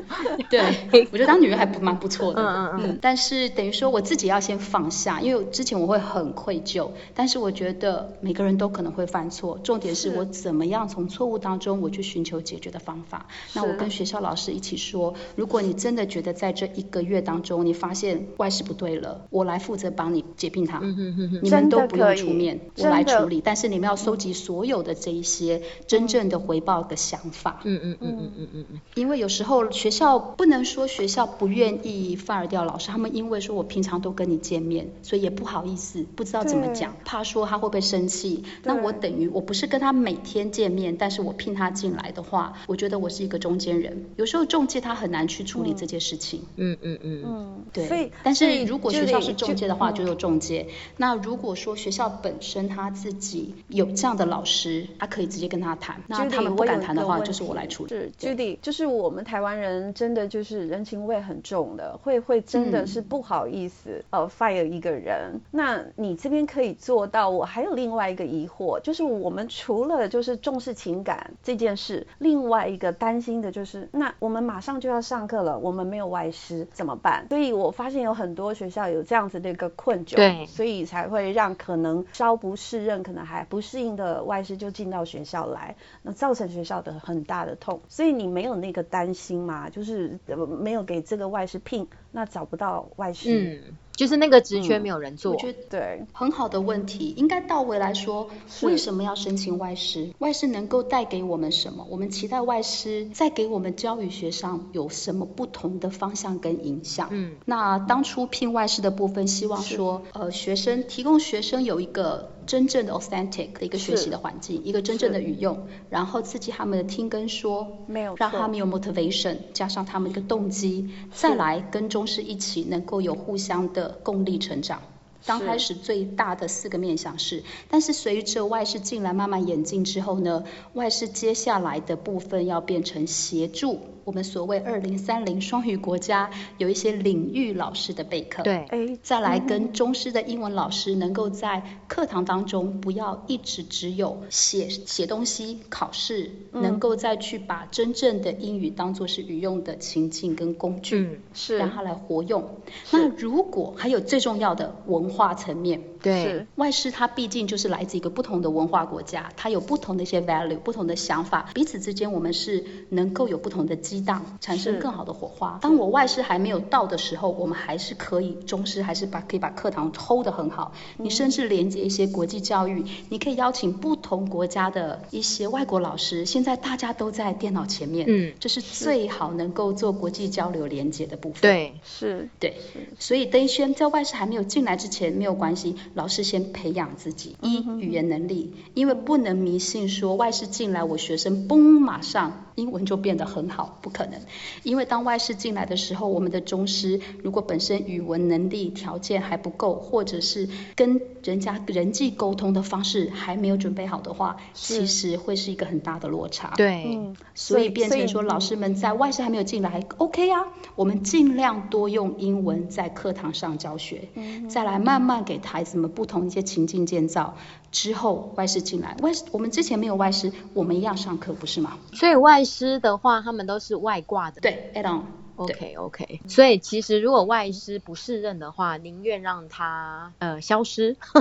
S4: 对，我觉得当女巫还不蛮不错的。
S2: 嗯嗯
S4: 嗯。但是等于说我自己要先放下，因为之前我会很愧疚，但是我觉得每个人都可能会犯错，重点是
S3: 是
S4: 我怎么样从错误当中我去寻求解决的方法。那我
S3: 是
S4: 跟学校老师一起说，如果你真的觉得在这一个月当中你发现外事不对了，我来负责帮你解聘它。
S2: 嗯哼哼哼，
S4: 你们都
S3: 真的
S4: 不用
S3: 可以
S4: 出面，我
S3: 真
S4: 来
S3: 的
S4: 处理。但是你们要收集所有的这一些真正的回报的想法，
S2: 嗯嗯嗯嗯嗯嗯嗯，
S4: 因为有时候学校不能说学校不愿意 fire 掉老师，他们因为说我平常都跟你见面，所以也不好意思，不知道怎么
S3: 对
S4: 讲，怕说他会不会生气。那
S3: 对
S4: 我等于我不是跟他每天见面，但是我聘他进来的话，我觉得我是一个中间人。有时候中介他很难去处理这件事情。
S2: 嗯嗯嗯嗯，
S3: 嗯，
S4: 对，
S3: 所以
S4: 但
S3: 所
S4: 是
S3: 以
S4: 如果学校
S3: Judy，
S4: 是中介的话，
S3: Ju-
S4: 就有中介。那如果说学校本身他自己有这样的老师，他可以直接跟他谈。那
S3: Judy，
S4: 他们不
S3: 我有
S4: 敢
S3: 一
S4: 谈的
S3: 个
S4: 话，
S3: 问
S4: 就是我
S3: 题
S4: 来处理。
S3: 是
S4: 对
S3: Judy，就是我们台湾人真的就是人情味很重的，会会真的
S4: 嗯
S3: 是不好意思、呃 fire 一个人。那你这边可以做到。我还有另外一个疑惑，就是我们除了就是重视情感这件事，另外一个担心的就是，那我们马上就要上课了，我们没有外师怎么办？所以我发现有很多学校有这样子的一个困窘，
S2: 对
S3: 所以才会让可能稍不适任、可能还不适应的外师就进到学校来。那造成学校的很大的痛，所以你没有那个担心嘛，就是呃没有给这个外师聘，那找不到外师，
S2: 嗯，就是那个职缺
S3: 嗯
S2: 没有人做
S4: 我，觉得
S3: 对，
S4: 很好的问题，应该倒回来说，
S3: 是
S4: 为什么要申请外师？外师能够带给我们什么？我们期待外师在给我们教育学上有什么不同的方向跟影响？
S2: 嗯，
S4: 那当初聘外师的部分，希望说，呃，学生提供学生有一个真正的 authentic 的一个学
S3: 是
S4: 习的环境，一个真正的
S3: 是
S4: 语用，然后刺激他们的听跟说，
S3: 没有
S4: 让
S3: 错
S4: 他们有 motivation，加上他们一个动机，再来跟中师一起能够有互相的共力成长。刚
S3: 是
S4: 开始最大的四个面向是，但是随着外事进来慢慢演进之后呢，外事接下来的部分要变成协助我们所谓二零三零双语国家有一些领域老师的备课。
S2: 对，
S3: 哎，
S4: 再来跟中师的英文老师能够在课堂当中不要一直只有写写东西、考试，
S3: 嗯
S4: 能够再去把真正的英语当做是语用的情境跟工具，
S2: 嗯，
S3: 是
S4: 让它来活用。那如果还有最重要的文化层面，
S2: 对，
S3: 是
S4: 外师它毕竟就是来自一个不同的文化国家，它有不同的一些 value、不同的想法，彼此之间我们是能够有不同的激荡，产生
S3: 是
S4: 更好的火花。当我外师还没有到的时候，我们还是可以中师还是把可以把课堂 hold 得很好。你甚至连接一些国际教育，你可以邀请不同国家的一些外国老师。现在大家都在电脑前面，
S2: 嗯，
S4: 这是最好能够做国际交流连接的部分。
S2: 对，
S3: 是
S4: 对，所以灯轩在外事还没有进来之前没有关系，老师先培养自己一语言能力，因为不能迷信说外师进来，我学生嘣马上英文就变得很好，不可能。因为当外师进来的时候，我们的中师如果本身语文能力条件还不够，或者是跟人家人际沟通的方式还没有准备好的话，其实会是一个很大的落差。
S2: 对，嗯
S3: 嗯
S4: 所以变成说，老师们在外事还没有进来，OK 啊，我们尽量多用英文在课堂上教学，再来慢慢给孩子们不同一些情境建造。之后外事进来，外事我们之前没有外事，我们一样上课，不是吗？
S2: 所以外师的话，他们都是外挂的。
S4: 对，add on。
S2: OK OK，所以其实如果外师不适任的话，宁愿让他呃消失，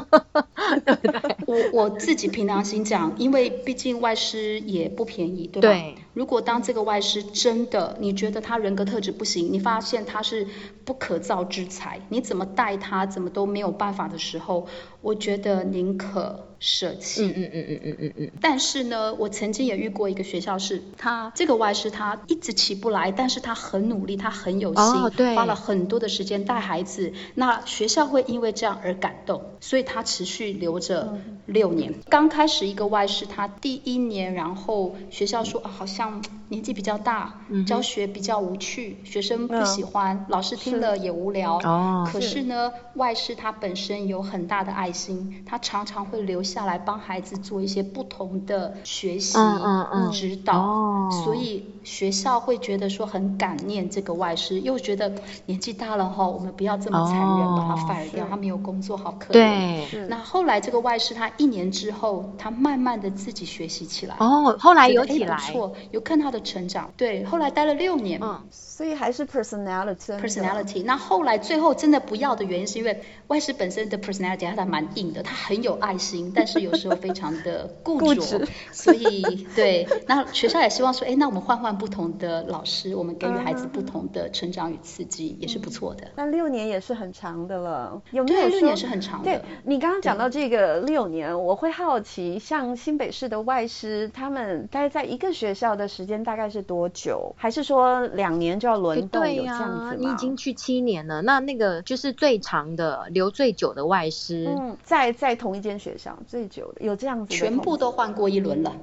S2: 对不对？
S4: 我我自己凭良心讲，因为毕竟外师也不便宜，对吧？
S2: 对
S4: 如果当这个外师真的你觉得他人格特质不行，你发现他是不可造之才，你怎么带他怎么都没有办法的时候，我觉得宁可舍弃。
S2: 嗯嗯嗯嗯嗯嗯
S4: 但是呢，我曾经也遇过一个学校是，他这个外师他一直起不来，但是他很努力，他很有心，
S2: 哦对
S4: 花了很多的时间带孩子。那学校会因为这样而感动，所以他持续留着
S2: 嗯
S4: 六年。刚开始一个外师，他第一年，然后学校说啊，好像年纪比较大，
S2: 嗯
S4: 教学比较无趣，学生不喜欢，老师听了也无聊。
S2: 哦
S4: 可是呢，外师他本身有很大的爱心，他常常会留下来帮孩子做一些不同的学习、
S2: 嗯嗯嗯
S4: 指导、
S2: 哦
S4: 所以学校会觉得说很感念这个外师，又觉得年纪大了哈，我们不要这么残忍，
S2: 哦
S4: 把他 fire 掉，他没有工作，好可怜。
S2: 对。
S5: 是
S4: 那后来这个外师他一年之后，他慢慢的自己学习起来，
S2: 哦，后来
S4: 觉
S2: 有
S4: 得哎
S2: 起来，
S4: 不错，有看他的成长。对，后来待了六年，
S2: 嗯
S3: 所以还是 personality 真的
S4: personality。那后来最后真的不要的原因，是因为外师本身的 personality 还蛮硬的，他很有爱 心，但是有时候非常的固
S5: 固
S4: 执
S5: 执，
S4: 所以对。那学校也希望说，哎，那我们换换不同的老师，我们给予孩子不同的成长与刺激，也是不错的。
S3: 那六年也是很长的了，有没有
S4: 对，
S3: 说
S4: 六年是很长
S3: 对
S4: 的。
S3: 你刚刚讲到这个六年，我会好奇，像新北市的外师，他们待在一个学校的时间大概是多久？还是说两年就要轮
S2: 嗯
S3: 动
S2: 对
S3: 有这
S2: 呀、
S3: 样子吗？
S2: 你已经去七年了，那那个就是最长的留最久的外师，
S3: 嗯，在在同一间学校最久的有这样子的
S4: 全部
S3: 同
S4: 都换过一轮了，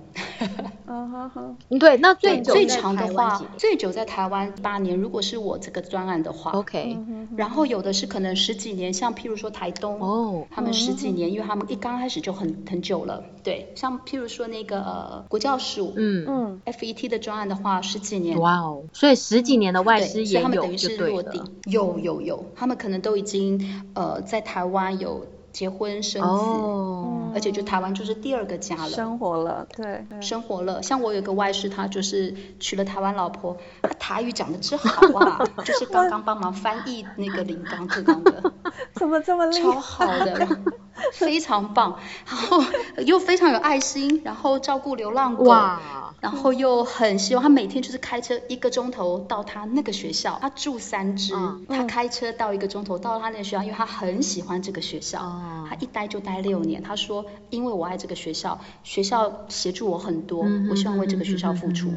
S3: 嗯哼哼，
S2: 对，那最
S4: 最
S2: 久
S4: 最
S2: 在
S4: 长的
S2: 台湾
S4: 话
S2: 几年，
S4: 最久在台湾八年。如果是我这个专案的话
S2: ，OK，、
S4: 然后有的是可能十几年，像譬如说台东，
S2: 哦
S4: 他们十几年，因为他们一刚开始就很很久了，对，像譬如说那个呃国教署，
S2: 嗯，
S3: 嗯，
S4: ，FET 的专案的话十几年，
S2: 哇哦，所以十几年的外师
S4: 嗯对，所
S2: 也
S4: 以他们等
S2: 有
S4: 于
S2: 就是对
S4: 落
S2: 了
S4: 地，，有有有，他们可能都已经呃在台湾有结婚生子，
S2: 哦，
S4: 而且就台湾就是第二个家了。
S3: 生活了，对，对
S4: 生活了。像我有一个外师，他就是娶了台湾老婆，他台语讲的之好 啊，就是刚刚帮忙翻译那个林刚这样的，
S3: 怎么这么厉
S4: 超
S3: 害？
S4: 好的，然后非常棒，然后又非常有爱心，然后照顾流浪狗。
S2: 哇，
S4: 然后又很希望他每天就是开车一个钟头到他那个学校，他住三支，
S2: 嗯
S4: 他开车到一个钟头到他那个学校，因为他很喜欢这个学校，
S2: 哦
S4: 他一待就待六年。他说，因为我爱这个学校，学校协助我很多，
S2: 嗯
S4: 我希望为这个学校付出。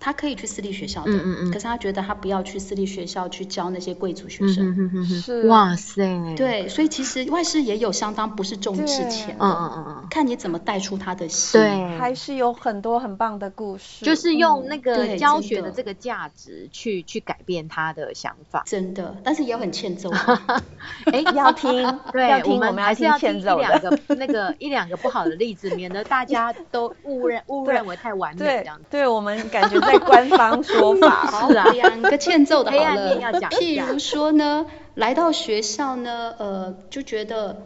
S4: 他可以去私立学校的，
S2: 嗯嗯嗯
S4: 可是他觉得他不要去私立学校去教那些贵族学
S2: 嗯
S4: 生。
S3: 是
S2: 哇塞，，
S4: 对，所以其实外事也有相当不是重视
S3: 对
S4: 钱的，
S2: 嗯嗯嗯嗯，
S4: 看你怎么带出他的心。
S2: 对，
S3: 还是有很多很棒的故事，
S2: 就是用那个
S4: 嗯对
S2: 教
S4: 真
S2: 学的
S4: 的
S2: 这个价值去去改变他的想法。
S4: 真的，但是也有很欠揍啊。
S2: 哎，
S3: 要听，
S2: 对，
S3: 要听，我
S2: 们
S3: 们
S2: 还是
S3: 听
S2: 要
S3: 欠
S2: 一
S3: 揍
S2: 两
S3: 的。
S2: 个 那个一两个不好的例子，免得大家都误认误
S3: 对
S2: 认为太完美 这
S3: 对
S2: 样子。
S3: 对，我们感觉在官方说 法，
S4: 好，
S6: 哦
S4: 两个欠揍的好
S2: 黑暗面
S4: 了。
S2: 要讲一
S4: 譬
S2: 下
S4: 如说呢，来到学校呢，呃，就觉得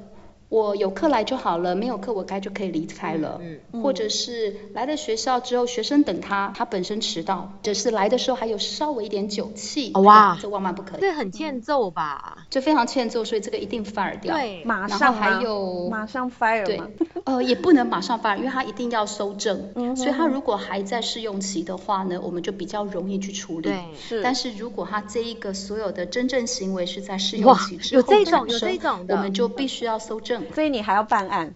S4: 我有课来就好了，没有课我该就可以离开了。
S2: 嗯
S4: 或者是来了学校之后，学生等他，他本身迟到，只是来的时候还有稍微一点酒气，
S2: 哦哇
S4: 这万万不可以，
S2: 这很欠揍吧？
S4: 这非常欠揍，所以这个一定 fire 掉。，
S2: 对，
S3: 马
S4: 然
S3: 上
S4: 后还
S3: 吗
S4: 有
S3: 马上 fire
S4: 对
S3: 吗？，
S4: 呃，也不能马上发，因为他一定要收证，
S2: 嗯
S4: 所以他如果还在试用期的话呢，我们就比较容易去处理。
S2: 对
S3: 是
S4: 但是如果他这一个所有的真正行为是在试用
S2: 哇
S4: 期之
S2: 有
S4: 后
S2: 这种
S4: 产
S2: 有这
S4: 生
S2: 种的
S4: 我们就必须要搜证。
S3: 所以你还要办案，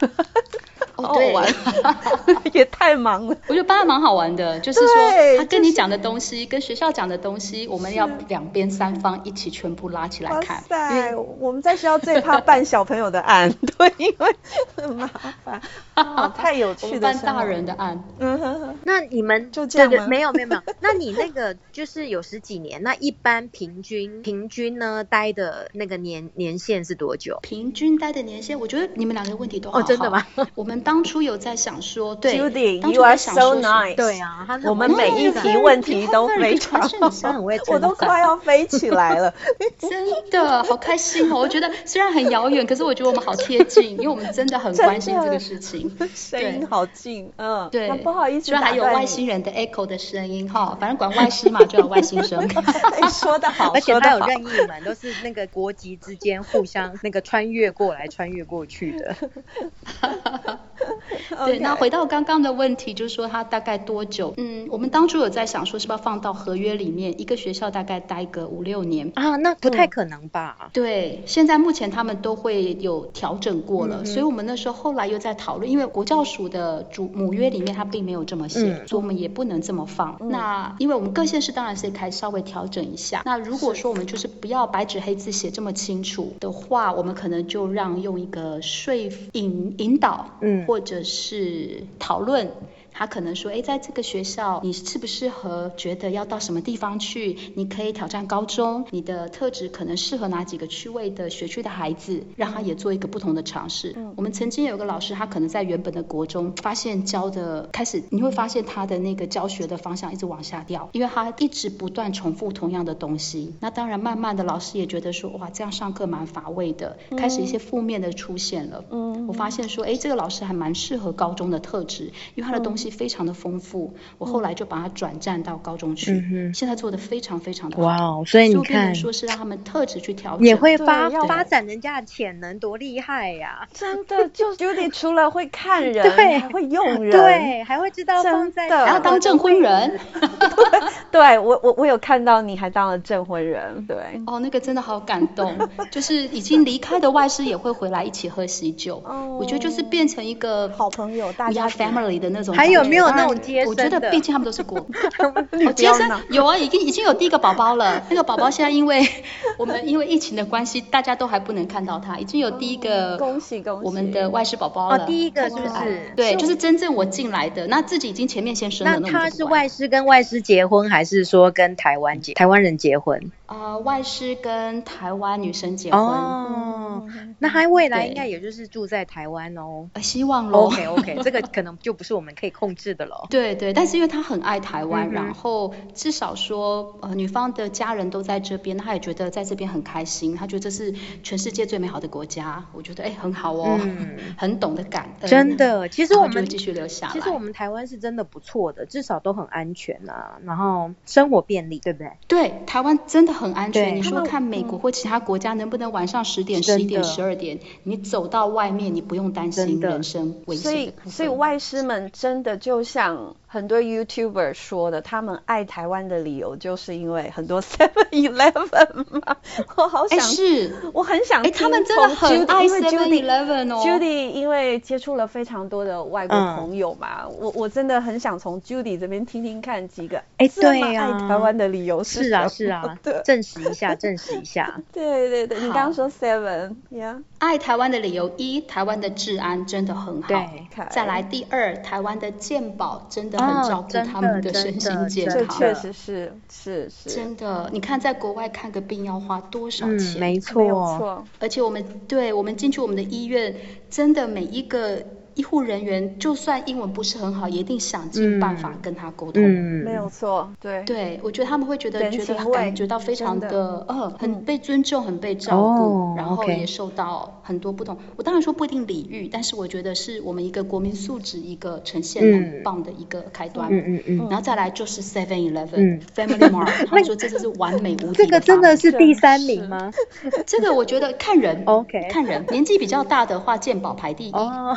S4: 哦，对，
S3: 玩 也太忙了。
S4: 我觉得班还蛮好玩 的，就是说
S6: 对
S4: 他
S6: 就
S4: 跟你
S6: 是
S4: 讲的东西，跟学校讲的东西，我们要两边三方一起全部拉起来
S6: 哇
S4: 看，因为
S6: 塞，我们在学校最怕办小朋友的案， 对，因为很麻烦， 哦太有
S4: 我
S6: 趣
S4: 们
S6: 的
S4: 班
S6: 生
S4: 大
S6: 活
S4: 人的案，
S6: 嗯哼哼，
S7: 那你们
S6: 就这样
S7: 对对
S6: 吗
S7: 没有没有没有。那你那个就是有十几年，那一般平均平均呢待的那个年年限是多久？
S4: 平均待的年限，我觉得你们两个问题都好
S7: 哦真的吗
S4: 好？我们当初有在想说， 对
S3: Judy,
S4: 当初
S3: you
S4: 在
S3: are
S4: 想
S3: so
S4: 说是
S3: nice.
S7: 对啊，他
S6: 我们每一题问题都非常好
S4: 你 很
S7: 会称赞
S6: 我都快要飞起来了。
S4: 真的好开心哦！我觉得虽然很遥远，可是我觉得我们好贴 近，因为我们真的很
S6: 真的
S4: 关心这个事情。
S6: 声
S4: 对
S6: 音好近，嗯，
S4: 对
S6: 那，不好意思
S4: 虽然
S6: 打
S4: 还有
S6: 断
S4: 外
S6: 你
S4: 星人的 echo 的声音哈，反正管外星嘛就有外星 声。
S6: 哎，说的好，
S2: 而且
S6: 说
S2: 他
S6: 的
S2: 有
S6: 好。
S2: 任意门，都是那个国籍之间互相那个穿越过来、穿越过去的。
S4: 对，
S6: OK
S4: 那回到刚刚的问题，就是说它大概多久？嗯，我们当初有在想说，是不是要放到合约里面，一个学校大概待个五六年。
S2: 啊，那不太可能吧？
S4: 对，现在目前他们都会有调整过
S2: 嗯
S4: 了，所以我们那时候后来又在讨论，因为国教署的主母约里面它并没有这么写，
S2: 嗯
S4: 所以我们也不能这么放。那因为我们各县市当然是可以稍微调整一下。那如果说我们就是不要白纸黑字写这么清楚的话，我们可能就让用一个说服引引导，
S2: 嗯
S4: 或者是讨论。他可能说，哎，在这个学校你适不适合？觉得要到什么地方去？你可以挑战高中，你的特质可能适合哪几个区位的学区的孩子，让他也做一个不同的尝试。我们曾经有个老师，他可能在原本的国中发现教的开始，你会发现他的那个教学的方向一直往下掉，因为他一直不断重复同样的东西。那当然，慢慢的老师也觉得说，哇，这样上课蛮乏味的，开始一些负面的出现了。我发现说，哎，这个老师还蛮适合高中的特质，因为他的
S2: 嗯
S4: 东西非常的丰富。我后来就把它转战到高中去，
S2: 嗯哼
S4: 现在做的非常非常的好。
S2: 哇哦，所以
S4: 就
S2: 你
S4: 变成
S2: 看，
S4: 说是让他们特质去调整，
S2: 也会发
S6: 对要
S2: 发展人家的潜能，多厉害呀！
S6: 真的， 就是 Judy 除了会看人，
S2: 对
S6: 还会用人，
S2: 对，还会知道放在
S6: 真的
S4: 还要当证婚人。
S3: 对我我我有看到你还当了证婚人，对，
S4: 哦，那个真的好感动，就是已经离开的外师也会回来一起喝喜酒。
S6: 哦
S4: 我觉得就是变成一个
S6: 好朋友大
S4: we
S6: 家
S4: are family 的那种感觉。
S2: 还有没有那种接
S4: 我觉
S2: 生
S4: 得
S2: 的
S4: 毕？竟他们都是国，
S6: 你
S4: 我
S6: 不
S4: 接
S6: 要
S4: 生
S6: 闹
S4: 哦有啊，已经已经有第一个宝宝了。那个宝宝现在因为我们因为疫情的关系，大家都还不能看到他，已经有第一个
S3: 恭喜恭喜
S4: 我们的外事宝宝
S2: 哦
S4: 了。，
S2: 第一个是
S4: 好
S2: 不
S4: 可爱
S2: 是？
S4: 嗯对，就是真正我进来的，那自己已经前面先生了，
S2: 那
S4: 那我
S2: 他
S4: 们就是不管
S2: 外师跟外师结婚，还是说跟台湾结台湾人结婚？
S4: 呃外师跟台湾女生结婚，
S3: 嗯
S2: 哦，那他未来
S4: 对
S2: 应该也就是住在台湾哦。
S4: 呃希望喽。
S2: OK OK，这个可能就不是我们可以控制的了。
S4: 对对，但是因为他很爱台湾，
S2: 嗯哼
S4: 然后至少说，呃，女方的家人都在这边，那他也觉得在这边很开心，他觉得这是全世界最美好的国家，我觉得哎很好 哦，
S2: 嗯
S4: 很懂得感恩，
S2: 真的，其
S4: 然
S2: 实
S4: 后
S2: 我
S4: 就
S2: 们
S4: 会继续留下来。
S2: 其实我们台湾是真的不错的，至少都很安全啊，然后生活便利，对不对？
S4: 对台湾真的很安
S2: 对
S4: 全，你说看美国或其他国家能不能晚上十点、
S2: 真的
S4: 十一点、十二点，你走到外面你不用担
S2: 真
S4: 心
S2: 的
S4: 人身危
S3: 所
S4: 险的
S3: 以
S4: 部，分。
S3: 所以外师们真的就像很多 YouTuber 说的，他们爱台湾的理由就是因为很多 Seven Eleven 嘛。我好
S4: 哎
S3: 想，
S4: 是
S3: 我很想
S4: 哎
S3: 听
S4: 他们真的
S3: 从
S4: 很
S3: Judy-
S4: 爱
S3: 因为 Judy-
S4: 7-Eleven 哦嗯
S3: Judy 因为接触了非常多的外国朋友嘛，我我真的很想从 Judy 这边听听看几个
S2: 哎
S3: 这么
S2: 对
S4: 啊
S2: 呀
S3: 爱台湾的理由
S2: 是
S3: 什
S2: 啊，
S3: 么，
S2: 是啊
S3: 对
S2: 证实一下，证实一下。
S3: 对对对，你刚刚说 Seven 呀、
S4: 爱台湾的理由一，台湾的治安真的很好。
S2: 对
S3: 看
S4: 再来第二，台湾的健保真的
S2: 哦
S4: 很照顾
S2: 真
S4: 他
S2: 的
S4: 们的
S2: 真
S4: 身
S2: 的
S4: 心健
S3: 这
S2: 真
S4: 康。
S3: 确实是是是，
S4: 真的，你看在国外看个病要花多少
S2: 嗯，
S4: 钱？
S2: 没
S3: 没有
S2: 错，
S3: 错。
S4: 而且我们对我们进去我们的医院，真的每一个医护人员，就算英文不是很好，也一定想尽办法
S2: 嗯
S4: 跟他沟通。
S2: 嗯，
S3: 没有错，对，
S4: 对，我觉得他们会觉得
S3: 人
S4: 觉得
S3: 情味
S4: 感觉到非常
S3: 真
S4: 的呃，很被尊重，很被照
S2: 哦
S4: 顾，然后
S2: OK
S4: 也受到很多不同。我当然说不一定礼遇，但是我觉得是我们一个国民素质一个呈现
S2: 嗯
S4: 很棒的一个开端。
S2: 嗯嗯嗯。
S4: 然后再来就是 Seven
S2: 嗯
S4: Eleven、Family Mart，他们说这就是完美无敌的
S2: 这个真的
S4: 搭
S2: 是第三名吗？
S4: 配，这个我觉得看人
S2: OK
S4: 看人，年纪比较大的话，健保排第一，
S2: 哦，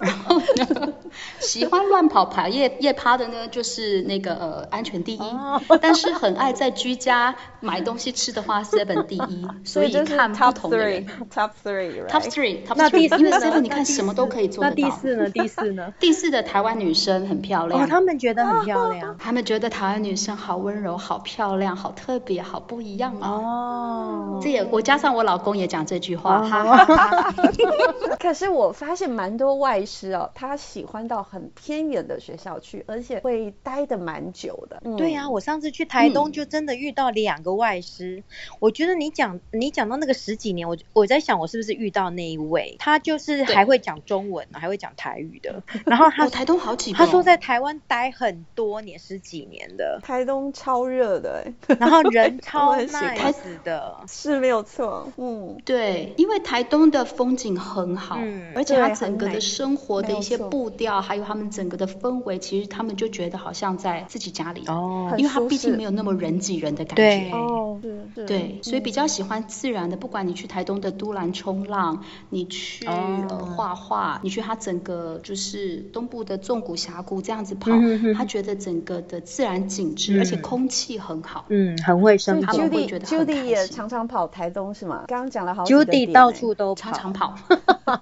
S4: 然后呢， 喜欢乱跑爬夜夜趴的呢，就是那个呃安全第一，
S2: 哦
S4: 但是很爱在居家买东西吃的话，seven 第一，所
S3: 所以
S4: 以
S3: 就是 top
S4: 看不同的人
S3: three，top three，
S4: ，top three，top
S2: 那第
S4: three，
S2: 四
S4: 因为
S2: 呢
S4: seven 你
S2: 那
S4: 看
S2: 第
S4: 什么
S2: 四
S4: 都可以做
S2: 那
S4: 得到。
S2: 第四 呢？第四呢？
S4: 第四的台湾女生很漂亮，
S2: 哦，他们觉得很漂 亮。
S4: 他们觉得台湾女生好温柔、好漂亮、好特别、好不一样哦。
S2: 哦，
S4: 这也我加上我老公也讲这句话，哈哈
S3: 可是我发现蛮多外师哦，他喜欢到很偏远的学校去，而且会待的蛮久的。嗯
S2: 对呀、啊我上次去台东
S4: 嗯
S2: 就真的遇到两个外师。我觉得你讲你讲到那个十几年，我我在想我是不是遇到那一位，他就是还会讲中文，还会讲台语的。然后他
S4: 我台东好几 个，哦
S2: 他说在台湾待很多年，十几年的，
S3: 台东超热的、 欸，
S2: 然后 人
S3: 我
S2: 超
S3: 很喜欢
S2: nice 的，
S3: 是没有错。嗯，
S4: 对，因为台东的风景很好，
S2: 嗯
S4: 而且它
S3: 对
S4: 整
S3: 很
S4: 个的
S3: 美
S4: 生活的
S3: 没有
S4: 一些
S3: 错
S4: 步调，还有他们整个的氛围，其实他们就觉得好像在自己家里，
S2: 哦
S3: 很
S4: 因为它
S3: 舒
S4: 毕竟
S3: 适
S4: 没有那么人挤人的感
S2: 对
S4: 觉。
S3: 哦，
S2: 哎
S3: 是是，
S4: 对，
S2: 嗯
S4: 所以比较喜欢自然的，不管你去台东的都兰冲浪，你去、呃
S2: 哦
S4: 画画，你去它整个就是东部的纵谷峡谷这样子跑，
S2: 嗯哼哼
S4: 他觉得整个的自然景致，而且
S2: 嗯
S4: 空气很好。
S2: 嗯，很会
S3: 所
S2: 生
S3: 以
S4: 他
S2: 活
S4: 们。
S3: Judy
S4: 会觉得很
S3: Judy
S4: 开
S3: 也
S4: 心
S3: 常常跑台东是吗？刚刚讲了好几个
S2: Judy
S3: 点
S2: 到
S3: 欸
S2: 处都跑，
S4: 常常跑，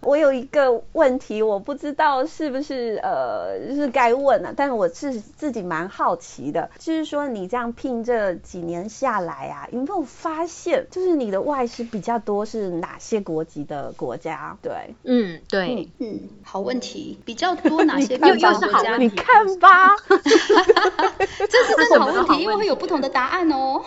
S3: 我有一个问题，我不知道是不是呃，就是该问了、但我是自己蛮好奇的，就是说你这样聘这几年下来啊，有没有发现，就是你的外师比较多是哪些国籍的国家？对，
S2: 嗯，对，
S4: 嗯，好问题，比较 多哪些
S3: 看
S4: 地方
S3: 吧
S4: 国家？
S3: 你看吧，
S4: 这 是真的好问题，因为会有不同的答案哦。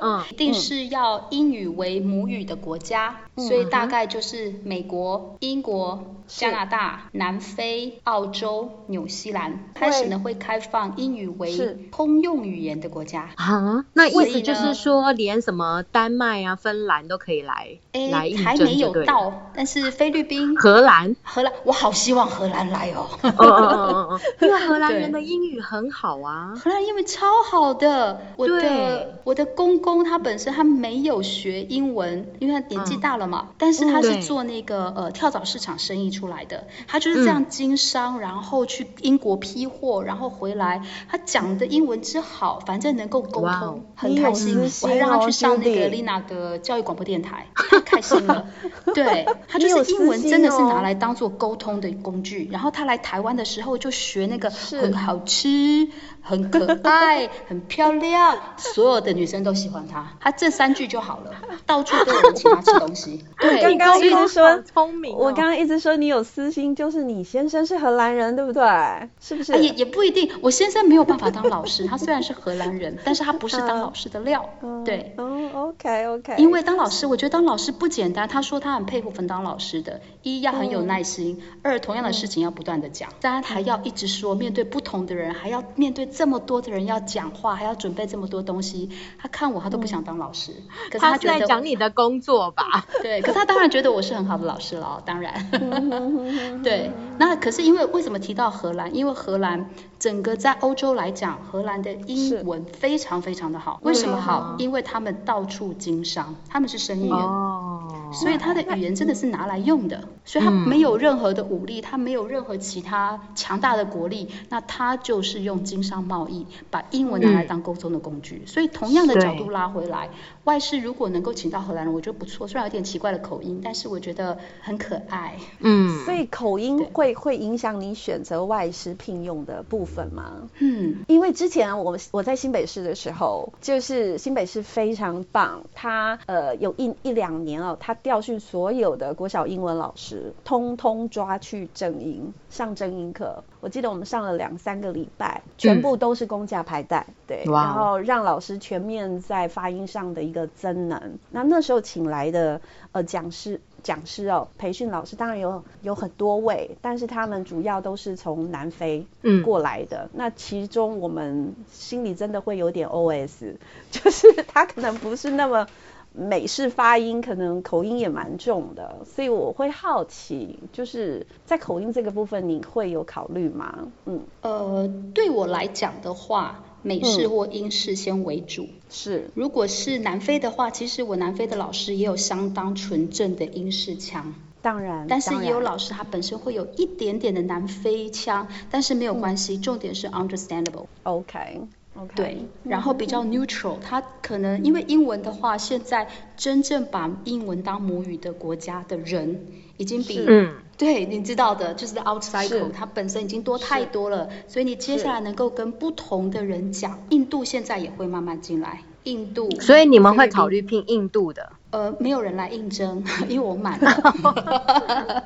S2: 嗯，
S4: 一定是要英语为母语的国家，
S2: 嗯
S4: 所以大概就是美国、英国、加拿大、南非、澳洲、纽西兰开始呢会开放英语
S3: 是
S4: 为通用语言的国家。
S2: 啊，那
S4: 所
S2: 意
S4: 以
S2: 思就
S4: 呢
S2: 是说，连什么丹麦啊、芬兰都可以来来
S4: 诶，
S2: 应
S4: 还
S2: 征
S4: 没
S2: 就
S4: 有
S2: 对了
S4: 到，但是菲律宾、
S2: 荷 兰，
S4: 荷兰，我好希望荷兰来哦。
S2: 哦哦哦哦，因为荷兰人的
S4: 对
S2: 英语很好啊。
S4: 荷兰英文超好的，我
S2: 对
S4: 的我的公公他本身他没有学英文，因为他年纪大了嘛，但是他
S2: 嗯
S4: 是
S2: 对嗯
S4: 做那个呃跳蚤市场生意出来的，他就是这样经商，然后去英国批货，然后回来，他讲的英文之好，反正能够沟
S2: 哇哦
S4: 通，很
S3: 你
S4: 开
S3: 有
S4: 心
S3: 私。心
S4: 我还让他
S3: 哦
S4: 去上那个
S3: Judy
S4: Lina 的教育广播电台，太开心 了。对他
S3: 你有
S4: 就是英文
S3: 私心
S4: 真的是
S3: 哦
S4: 拿来。来当做沟通的工具。然后他来台湾的时候就学那个很好吃、很可 爱、很漂亮，所有的女生都喜欢他。他这三句就好了，到处都有人请他吃 东西。
S3: 刚
S4: 对，
S3: 刚一直说
S2: 聪明哦
S3: 我刚刚一直说你有私心，就是你先生是荷兰人，对不对？是不是？
S4: 啊也也不一定。我先生没有办法当老师，他虽然是荷兰人，但是他不是
S3: 嗯
S4: 当老师的料。对。
S3: 哦，OK OK，
S4: 因为当老师，我觉得当老师不简单。他说他很佩服冯当老师的，一要很有耐心，
S2: 嗯
S4: 二同样的事情要不断的讲，三还要一直说，面对不同的人，还要面对这么多的人要讲话，还要准备这么多东西。他看我，他都不想当老师，可
S2: 嗯
S4: 是
S2: 啊他是
S4: 觉
S2: 在
S4: 得
S2: 讲你的工作吧？
S4: 对，可是他当然觉得我是很好的老师了哦，当然。
S2: 嗯
S4: 对，那可是因为为什么提到荷兰？因为荷兰整个在欧洲来讲，荷兰的英文非常非常的好。
S2: 嗯
S4: 为什么好？因为他们到处经商，他们是生意人。
S2: 哦
S4: 所以他的语言真的是拿来用的，所以他没有任何的武力，他没有任何其他强大的国力，那他就是用经商贸易把英文拿来当沟通的工具。所以同样的角度拉回来，外事如果能够请到荷兰人，我觉得不错，虽然有点奇怪的口音，但是我觉得很可爱。
S2: 嗯，
S3: 所以口音
S4: 对
S3: 会会影响你选择外师聘用的部分吗？
S4: 嗯，
S3: 因为之前我我在新北市的时候，就是新北市非常棒，他呃有一一两年哦，他调训所有的国小英文老师，通通抓去正音上正音课。我记得我们上了两三个礼拜，全部都是公价排带，对，
S2: 嗯哇哦
S3: 然后让老师全面在发音上的一个增能。那那时候请来的呃讲师。讲师哦，培训老师当然有有很多位，但是他们主要都是从南非
S2: 嗯
S3: 过来的。那其中我们心里真的会有点 OS，就是 他可能不是那么美式发音，可能口音也蛮重的，所以我会好奇，就是在口音这个部分，你会有考虑吗？嗯，
S4: 呃，对我来讲的话，美式
S3: 嗯
S4: 或英式先为主。
S3: 是
S4: 如果是南非的话，其实我南非的老师也有相当纯正的英式腔。
S5: 当然，
S4: 但是
S5: 当
S4: 也有
S5: 然
S4: 老师他本身会有一点点的南非腔，但是没有关
S5: 嗯
S4: 系，重点是 understandable。
S5: OK OK
S4: 对，然后比
S5: 嗯
S4: 较 neutral，它可能因为英文的话，现在真正把英文当母语的国家的人已经比
S2: 嗯，
S4: 对你知道的，就是 outside，
S5: 是
S4: 它本身已经多太
S5: 是
S4: 多了，所以你接下来能够跟不同的人讲，印度现在也会慢慢进来，印度，
S2: 所以你们会
S4: 菲律宾
S2: 考虑聘印度的，
S4: 呃，没有人来应征， 因为我满了。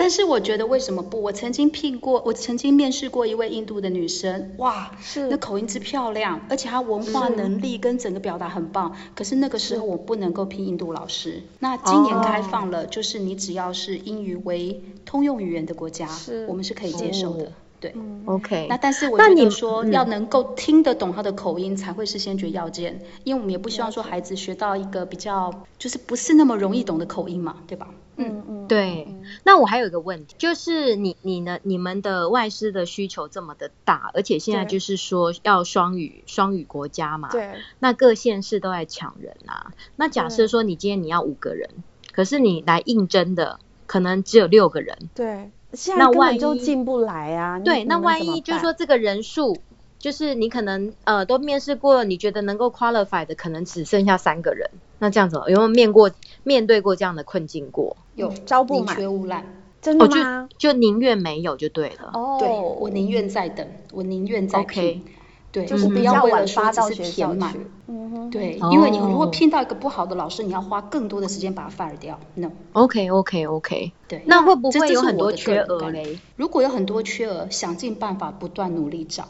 S4: 但是我觉得为什么不？我曾经聘过，我曾经面试过一位印度的女生，哇，
S3: 嗯
S5: 是
S4: 那口音之漂亮，而且她文化能力跟整个表达很棒。可是那个时候我不能够聘印度老师。那今年开放了，就是你只要是英语为通用语言的国家
S5: 是，
S4: 我们是可以接受的。对，
S3: 嗯
S2: OK，
S4: 那但是我
S2: 那
S4: 觉
S2: 你嗯
S4: 得说要能够听得懂他的口音才会是先决要件，因为我们也不希望说孩子学到一个比较就是不是那么容易懂的口音嘛，对吧？嗯，
S5: 嗯，
S2: 对，那我还有一个问题，就是你你呢，你们的外师的需求这么的大，而且现在
S5: 对
S2: 就是说要双语双语国家嘛，
S5: 对
S2: 那各县市都在抢人啊。那假设
S5: 对
S2: 说你今天你要五个人，可是你来应征的可能只有六个人，
S5: 对，现在
S2: 那
S5: 根
S2: 万
S5: 本就
S2: 一
S5: 进不来啊。你
S2: 对，那
S5: 你们
S2: 万
S5: 怎么
S2: 一就是
S5: 办
S2: 说这个人数。就是你可能呃都面试过了，你觉得能够 qualify 的可能只剩下三个人，那这样子有没有面过面对过这样的困境过？
S4: 有
S5: 招不
S4: 宁
S5: 满
S4: 缺毋滥。
S5: 真
S2: 哦，
S5: 的
S2: 就
S5: 吗？
S2: 就宁愿没有就对了。
S5: 哦
S4: 对，我宁愿再等，我宁愿再
S2: OK
S4: 拼。对，
S5: 就
S4: 我
S5: 是
S4: 不
S5: 比
S4: 要
S5: 较
S4: 为了
S5: 晚
S4: 说
S5: 发
S4: 只
S5: 到
S4: 是
S5: 学
S4: 填
S5: 校
S4: 满
S5: 去。。嗯哼，
S4: 对
S2: 哦，
S4: 因为你如果聘到一个不好的老师，你要花更多的时间把它 fire 掉。No，
S2: OK OK OK，
S4: 对。
S2: 那会不
S4: 这
S2: 会
S4: 这
S2: 有
S4: 是
S2: 很
S4: 我
S2: 多
S4: 的个
S2: 缺
S4: 人
S2: 额
S4: 概念
S2: 嘞？
S4: 如果有很多缺额，想尽办法不断努力找。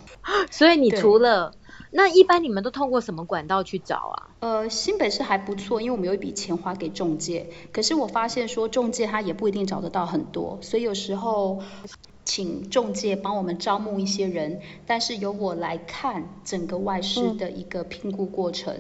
S2: 所以你
S4: 对
S2: 除了那一般你们都通过什么管道去找啊？
S4: 呃，新北市还不错，因为我们有一笔钱花给中介，可是我发现说中介他也不一定找得到很多，所以有时候请中介帮我们招募一些人，但是由我来看整个外师的一个评估过程，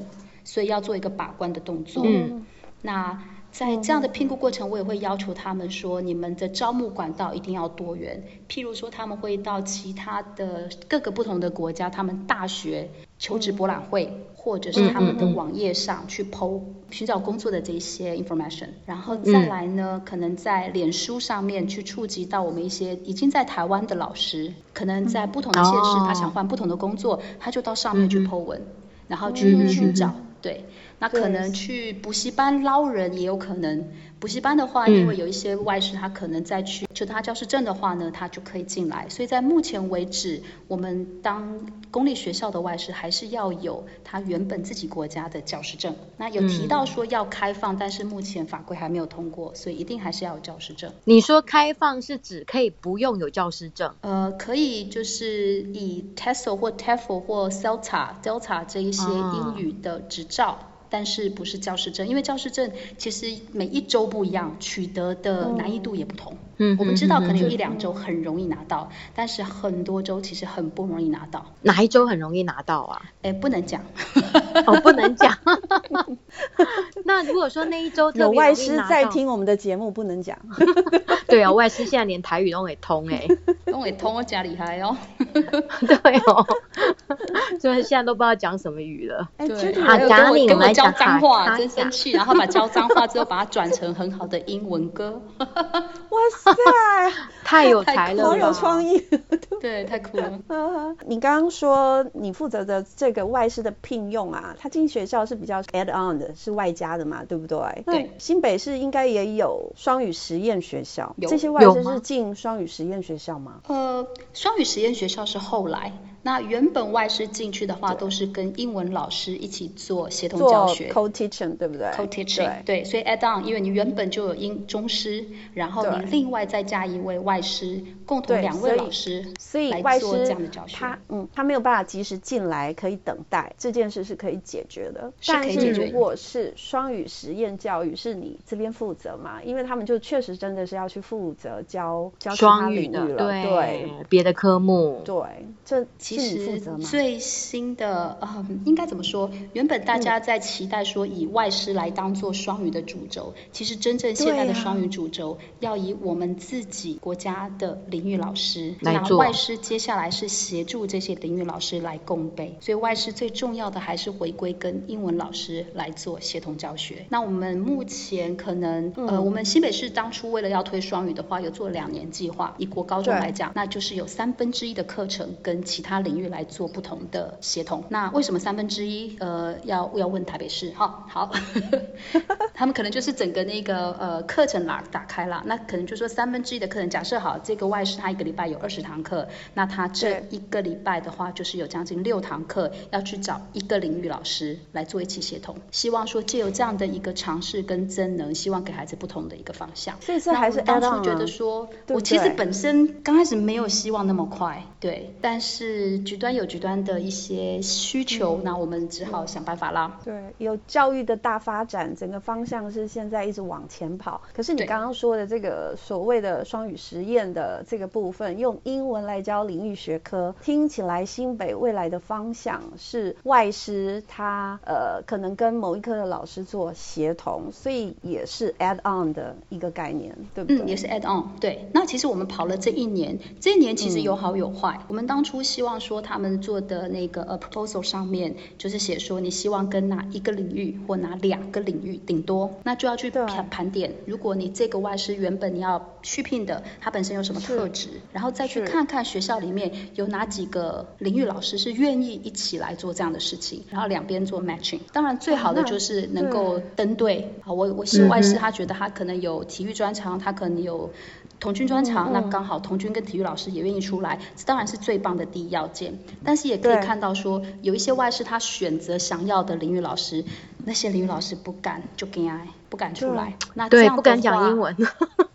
S4: 所以要做一个把关的动作。
S2: 嗯，
S4: 那在这样的评估过程，我也会要求他们说，你们的招募管道一定要多元。譬如说，他们会到其他的各个不同的国家，他们大学求
S2: 嗯
S4: 职博览会，或者是他们的网页上去剖寻找工作的这些 information。然后
S2: 嗯
S4: 再来呢，可能在脸书上面去触及到我们一些已经在台湾的老师，可能在不同的县市，他想换不同的工作，他就到上面去
S2: 嗯哦嗯嗯嗯
S4: Po 文，然后去寻找。对，那可
S5: 对
S4: 能去补习班捞人也有可能。补习班的话，
S2: 嗯
S4: 因为有一些外师，他可能再去就他教师证的话呢，他就可以进来。所以在目前为止，我们当公立学校的外师还是要有他原本自己国家的教师证。那有提到说要开放，但是目前法规还没有通过，所以一定还是要有教师证。
S2: 你说开放是指可以不用有教师证？
S4: 呃，可以就是以 TESOL 或 TEFL 或 CELTA、Delta 这一些
S2: 啊
S4: 英语的执照，但是不是教师证，因为教师证其实每一周不一样，取得的难易度也不同。
S2: 嗯
S4: 我们知道
S2: 嗯嗯
S4: 可能有
S2: 嗯
S4: 一两周很容易拿到，但是很多周其实很不容易拿到。
S2: 哪一周很容易拿到啊？
S4: 哎，不能 讲。
S2: 哦，不能讲。 那如果说那一周特别
S3: 有
S2: 容易
S3: 外师
S2: 拿
S3: 在
S2: 到，
S3: 听我们的节目，不 能讲。
S2: 对啊，外师现在连台语都会通哎、
S4: 因为通我家厉害哦。
S2: 对哦， 所以现在都不知道讲什么语了。
S3: 哎
S4: 对
S3: ，Judy，
S2: 好
S4: 还
S2: 的
S4: 有跟
S2: 啊你
S4: 我跟
S2: 们来
S4: 我教
S2: 讲
S4: 脏
S2: 卡
S4: 话，真
S2: 卡
S4: 生气。然后把教脏话之后，把它转成很好的英文歌。
S3: 哇塞，
S2: 太 有才了吧，
S3: 好有创意。
S4: 对，太酷了。
S5: 你刚刚说 你负责的这个外师的聘用啊，他进学校是比较 add on 的，是外加的嘛，对不对？
S4: 对
S5: 那新北市应该也有双语实验学校，
S4: 有
S5: 这些外
S2: 有
S5: 师
S2: 吗
S5: 是进双语实验学校吗？
S4: 呃，双语实验学校是后来，那原本外师进去的话，都是跟英文老师一起做协同
S5: 做
S4: 教学。
S5: co-teaching 对不对
S4: co-teaching 对，所以 add on，因为你原本就有英中师，然后
S5: 对
S4: 你另外再加一位外师，共同
S5: 对
S4: 两位
S5: 所以
S4: 老师
S5: 所以
S4: 来
S5: 外
S4: 做这
S5: 师
S4: 样的教学，
S5: 他嗯，他没有办法及时进来，可以等待这件事是可以解决的。
S4: 是可
S5: 但
S4: 以
S5: 是
S4: 解
S5: 如
S4: 决
S5: 果是双语实验教育，是你这边负责嘛？因为他们就确实真的是要去负责教教其他
S2: 双语
S5: 领域
S2: 的，
S5: 了，对
S2: 别的科目，
S5: 对，这
S4: 其其
S3: 是你负
S4: 实
S3: 责吗
S4: 最新的，嗯，应该怎么说？原本大家在期待说以外师来当做双语的主轴，
S3: 嗯
S4: 其实真正现在的
S3: 对啊
S4: 双语主轴要以我们自己国家的领域老师
S2: 来
S4: 那
S2: 做
S4: 外师接下来是协助这些领域老师来共备，所以外师最重要的还是回归跟英文老师来做协同教学。那我们目前可能，
S3: 嗯
S4: 呃，我们新北市当初为了要推双语的话，有做两年计划。以国高中
S3: 对
S4: 来讲，那就是有三分之一的课程跟其他领域来做不同的协同。那为什么三分之一？呃，要要问台北市哈、好，他们可能就是整个那个呃课程啦打开了，那可能就说三分之一的课程，假设好这个外师他一个礼拜有二十堂课，那他这一个礼拜的话就是有将近六堂课要去找一个领域老师来做一起协同，希望说借由这样的一个尝试跟增能，希望给孩子不同的一个方向。
S3: 所以这
S4: 那
S3: 还
S4: 我
S3: 是 add on
S4: 当初觉
S3: 啊
S4: 得说，
S3: 对不
S4: 我其实
S3: 对
S4: 本身刚开始没有希望那么快，对，但是局端有局端的一些需
S3: 嗯
S4: 求，那我们只好想办法啦。
S3: 对，有教育的大发展，整个方向是现在一直往前跑。可是你
S4: 对
S3: 刚刚说的这个所谓的双语实验的这个部分，用英文来教领域学科，听起来新北未来的方向是外师他呃可能跟某一科的老师做协同，所以也是 add on 的一个概念，对不对？
S4: 嗯，也是 add on。对，那其实我们跑了这一年，这一年其实有
S3: 嗯
S4: 好有坏。我们当初希望说他们做的那个呃 proposal 上面，就是写说你希望跟哪一个领域或哪两个领域顶多，那就要去
S3: 对
S4: 盘盘点。如果你这个外师原本你要续聘的，他本身有什么
S3: 是
S4: 特质，然后再去
S3: 是
S4: 看看学校里面有哪几个领域老师是愿意一起来做这样的事情，然后两边做 matching。当然最
S3: 哦
S4: 好的就是能够登对啊，我我是外师，他觉得他可能有体育专长，他可能有童军专长，那刚好童军跟体育老师也愿意出来，这当然是最棒的第一要件。但是也可以
S3: 对
S4: 看到说，有一些外师他选择想要的领域老师，那些领域老师不敢就给哎。不敢出来，那这
S2: 对，
S4: 样
S2: 不
S4: 的
S2: 敢讲
S4: 话
S2: 英文，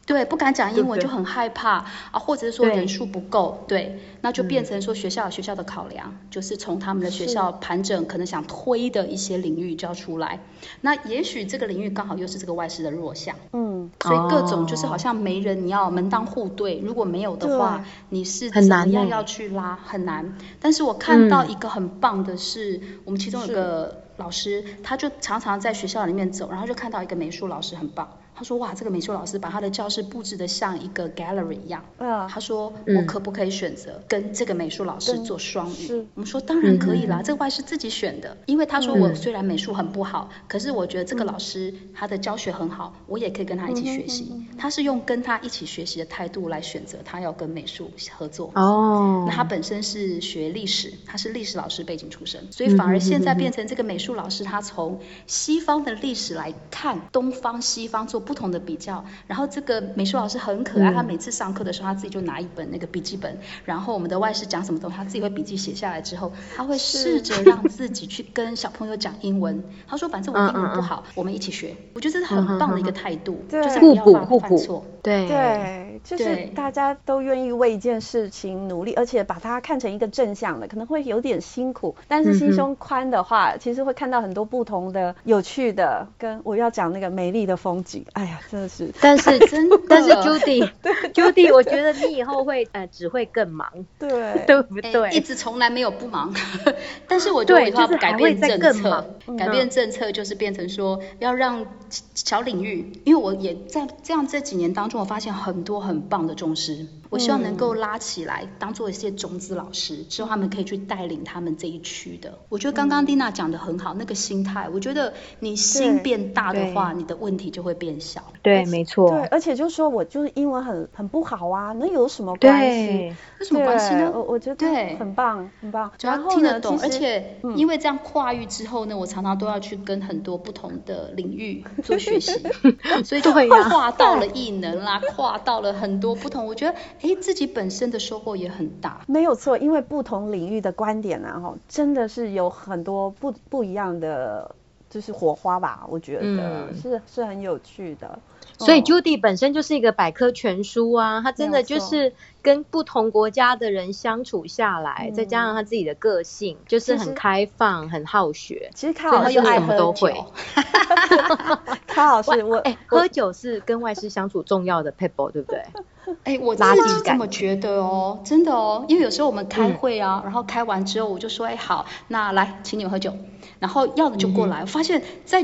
S4: 对，不敢讲英文
S2: 对
S4: 就很害怕啊，或者是说
S2: 对嗯
S4: 人数不够，对，那就变成说学校有学校的考量，就是从他们的学校盘整可能想推的一些领域就要出来，那也许这个领域刚好又是这个外事的弱项，
S3: 嗯，
S4: 所以各种
S2: 哦
S4: 就是好像没人，你要门当户对，如果没有的话
S3: 对，
S4: 你是
S2: 很
S4: 怎么
S2: 难
S4: 样
S2: 欸
S4: 要去拉很难。但是我看到
S2: 嗯
S4: 一个很棒的是，我们其中有个老师，他就常常在学校里面走，然后就看到一个美术老师很棒。他说：“哇，这个美术老师把他的教室布置得像一个 gallery 一样。”
S3: 啊
S4: 他说：“
S2: 嗯
S4: 我可不可以选择跟这个美术老师做双
S3: 是
S4: 语？”我们说：“当然可以啦，这个外是自己选的。”因为他说：“我
S2: 嗯
S4: 虽然美术很不好，可是我觉得这个老师他的教学很好，我也可以跟他一起学
S2: 嗯
S4: 习。他是用跟他一起学习的态度来选择他要跟美术合作。
S2: 哦
S4: 那他本身是学历史，他是历史老师背景出身，所以
S2: 嗯
S4: 反而现在变成这个美术老师，他从西方的历史来看东方、西方做不同的比较。然后这个美术老师很可爱，
S2: 嗯
S4: 他每次上课的时候，他自己就拿一本那个笔记本，然后我们的外师讲什么东西，他自己会笔记写下来之后，他会试着让自己去跟小朋友讲英文。他说：“反正我英
S2: 嗯
S4: 文不好，我们一起学。”我觉得这是很棒的一个态度，
S3: 对
S4: 就是不要
S2: 互补
S4: 怕
S2: 互
S4: 犯
S2: 补
S4: 错。
S2: 对
S3: 对，就是
S4: 对
S3: 大家都愿意为一件事情努力，而且把它看成一个正向的，可能会有点辛苦，但
S4: 嗯
S3: 是心胸宽的话，其实会看到很多不同的有趣的，跟我要讲那个美丽的风景。哎呀，真的是
S2: 但 是
S4: 真的，
S2: 但是 Judy，Judy，我觉得你以后会呃只会更忙，
S3: 对，
S2: 对不
S4: 哎
S2: 对？
S4: 一直从来没有不忙， 但是我觉得
S2: 对
S4: 我以后要
S2: 就是还
S4: 改
S2: 会
S4: 变
S2: 再
S4: 政
S2: 更忙嗯
S4: 策，改变政策就是变成说要让小小领域，因为我也在这样这几年当中，我发现很多很棒的宗师，我希望能够拉起来当做一些种子老师，之后他们可以去带领他们这一区的。我觉得刚刚丽娜讲的很好，那个心态，我觉得你心
S3: 对
S4: 变大的
S2: 嗯对
S4: 话，你的问题就会变小。
S2: 对，没错
S3: 对，，而且就说我就是英文很很不好啊，那有什么关系？
S2: 对，
S4: 有什么关系
S3: 对
S4: 呢？
S3: 我我觉得
S4: 对
S3: 很棒，很棒。
S4: 主要
S3: 然后
S4: 听
S3: 呢
S4: 得懂，
S3: 其
S4: 而
S3: 实
S4: 且
S3: 嗯
S4: 因为这样跨域之后呢，我常常都要去跟很多不同的领域做学习，所以就
S2: 对呀
S4: 跨到了异能啦，跨到了很多不同。我觉得，哎，自己本身的收获也很大。
S3: 没有错，因为不同领域的观点呢、啊，哈，真的是有很多不不一样的，就是火花吧，我觉得、
S2: 嗯
S3: 是是很有趣的。
S2: 所以
S3: 嗯
S2: Judy 本身就是一个百科全书啊，她真的
S3: 没
S2: 就
S3: 有错
S2: 是跟不同国家的人相处下来，再加上她自己的个性，就是
S3: 其
S2: 很
S3: 实
S2: 开放，很好学。
S3: 其实卡
S2: 所以
S3: 老
S2: 他
S3: 师
S2: 又爱
S3: 也
S2: 喝酒，
S3: 卡老师我
S2: 哎、
S3: 我
S2: 喝酒是跟外师相处重要的 people，对不对？
S4: 哎，我自
S2: 拉
S4: 己
S2: 近
S4: 是这
S2: 感
S4: 么觉得哦，真的哦，因为有时候我们开会啊，然后开完之后我就说，哎，好，那来，请你们喝酒，然后要的就过来，我发现在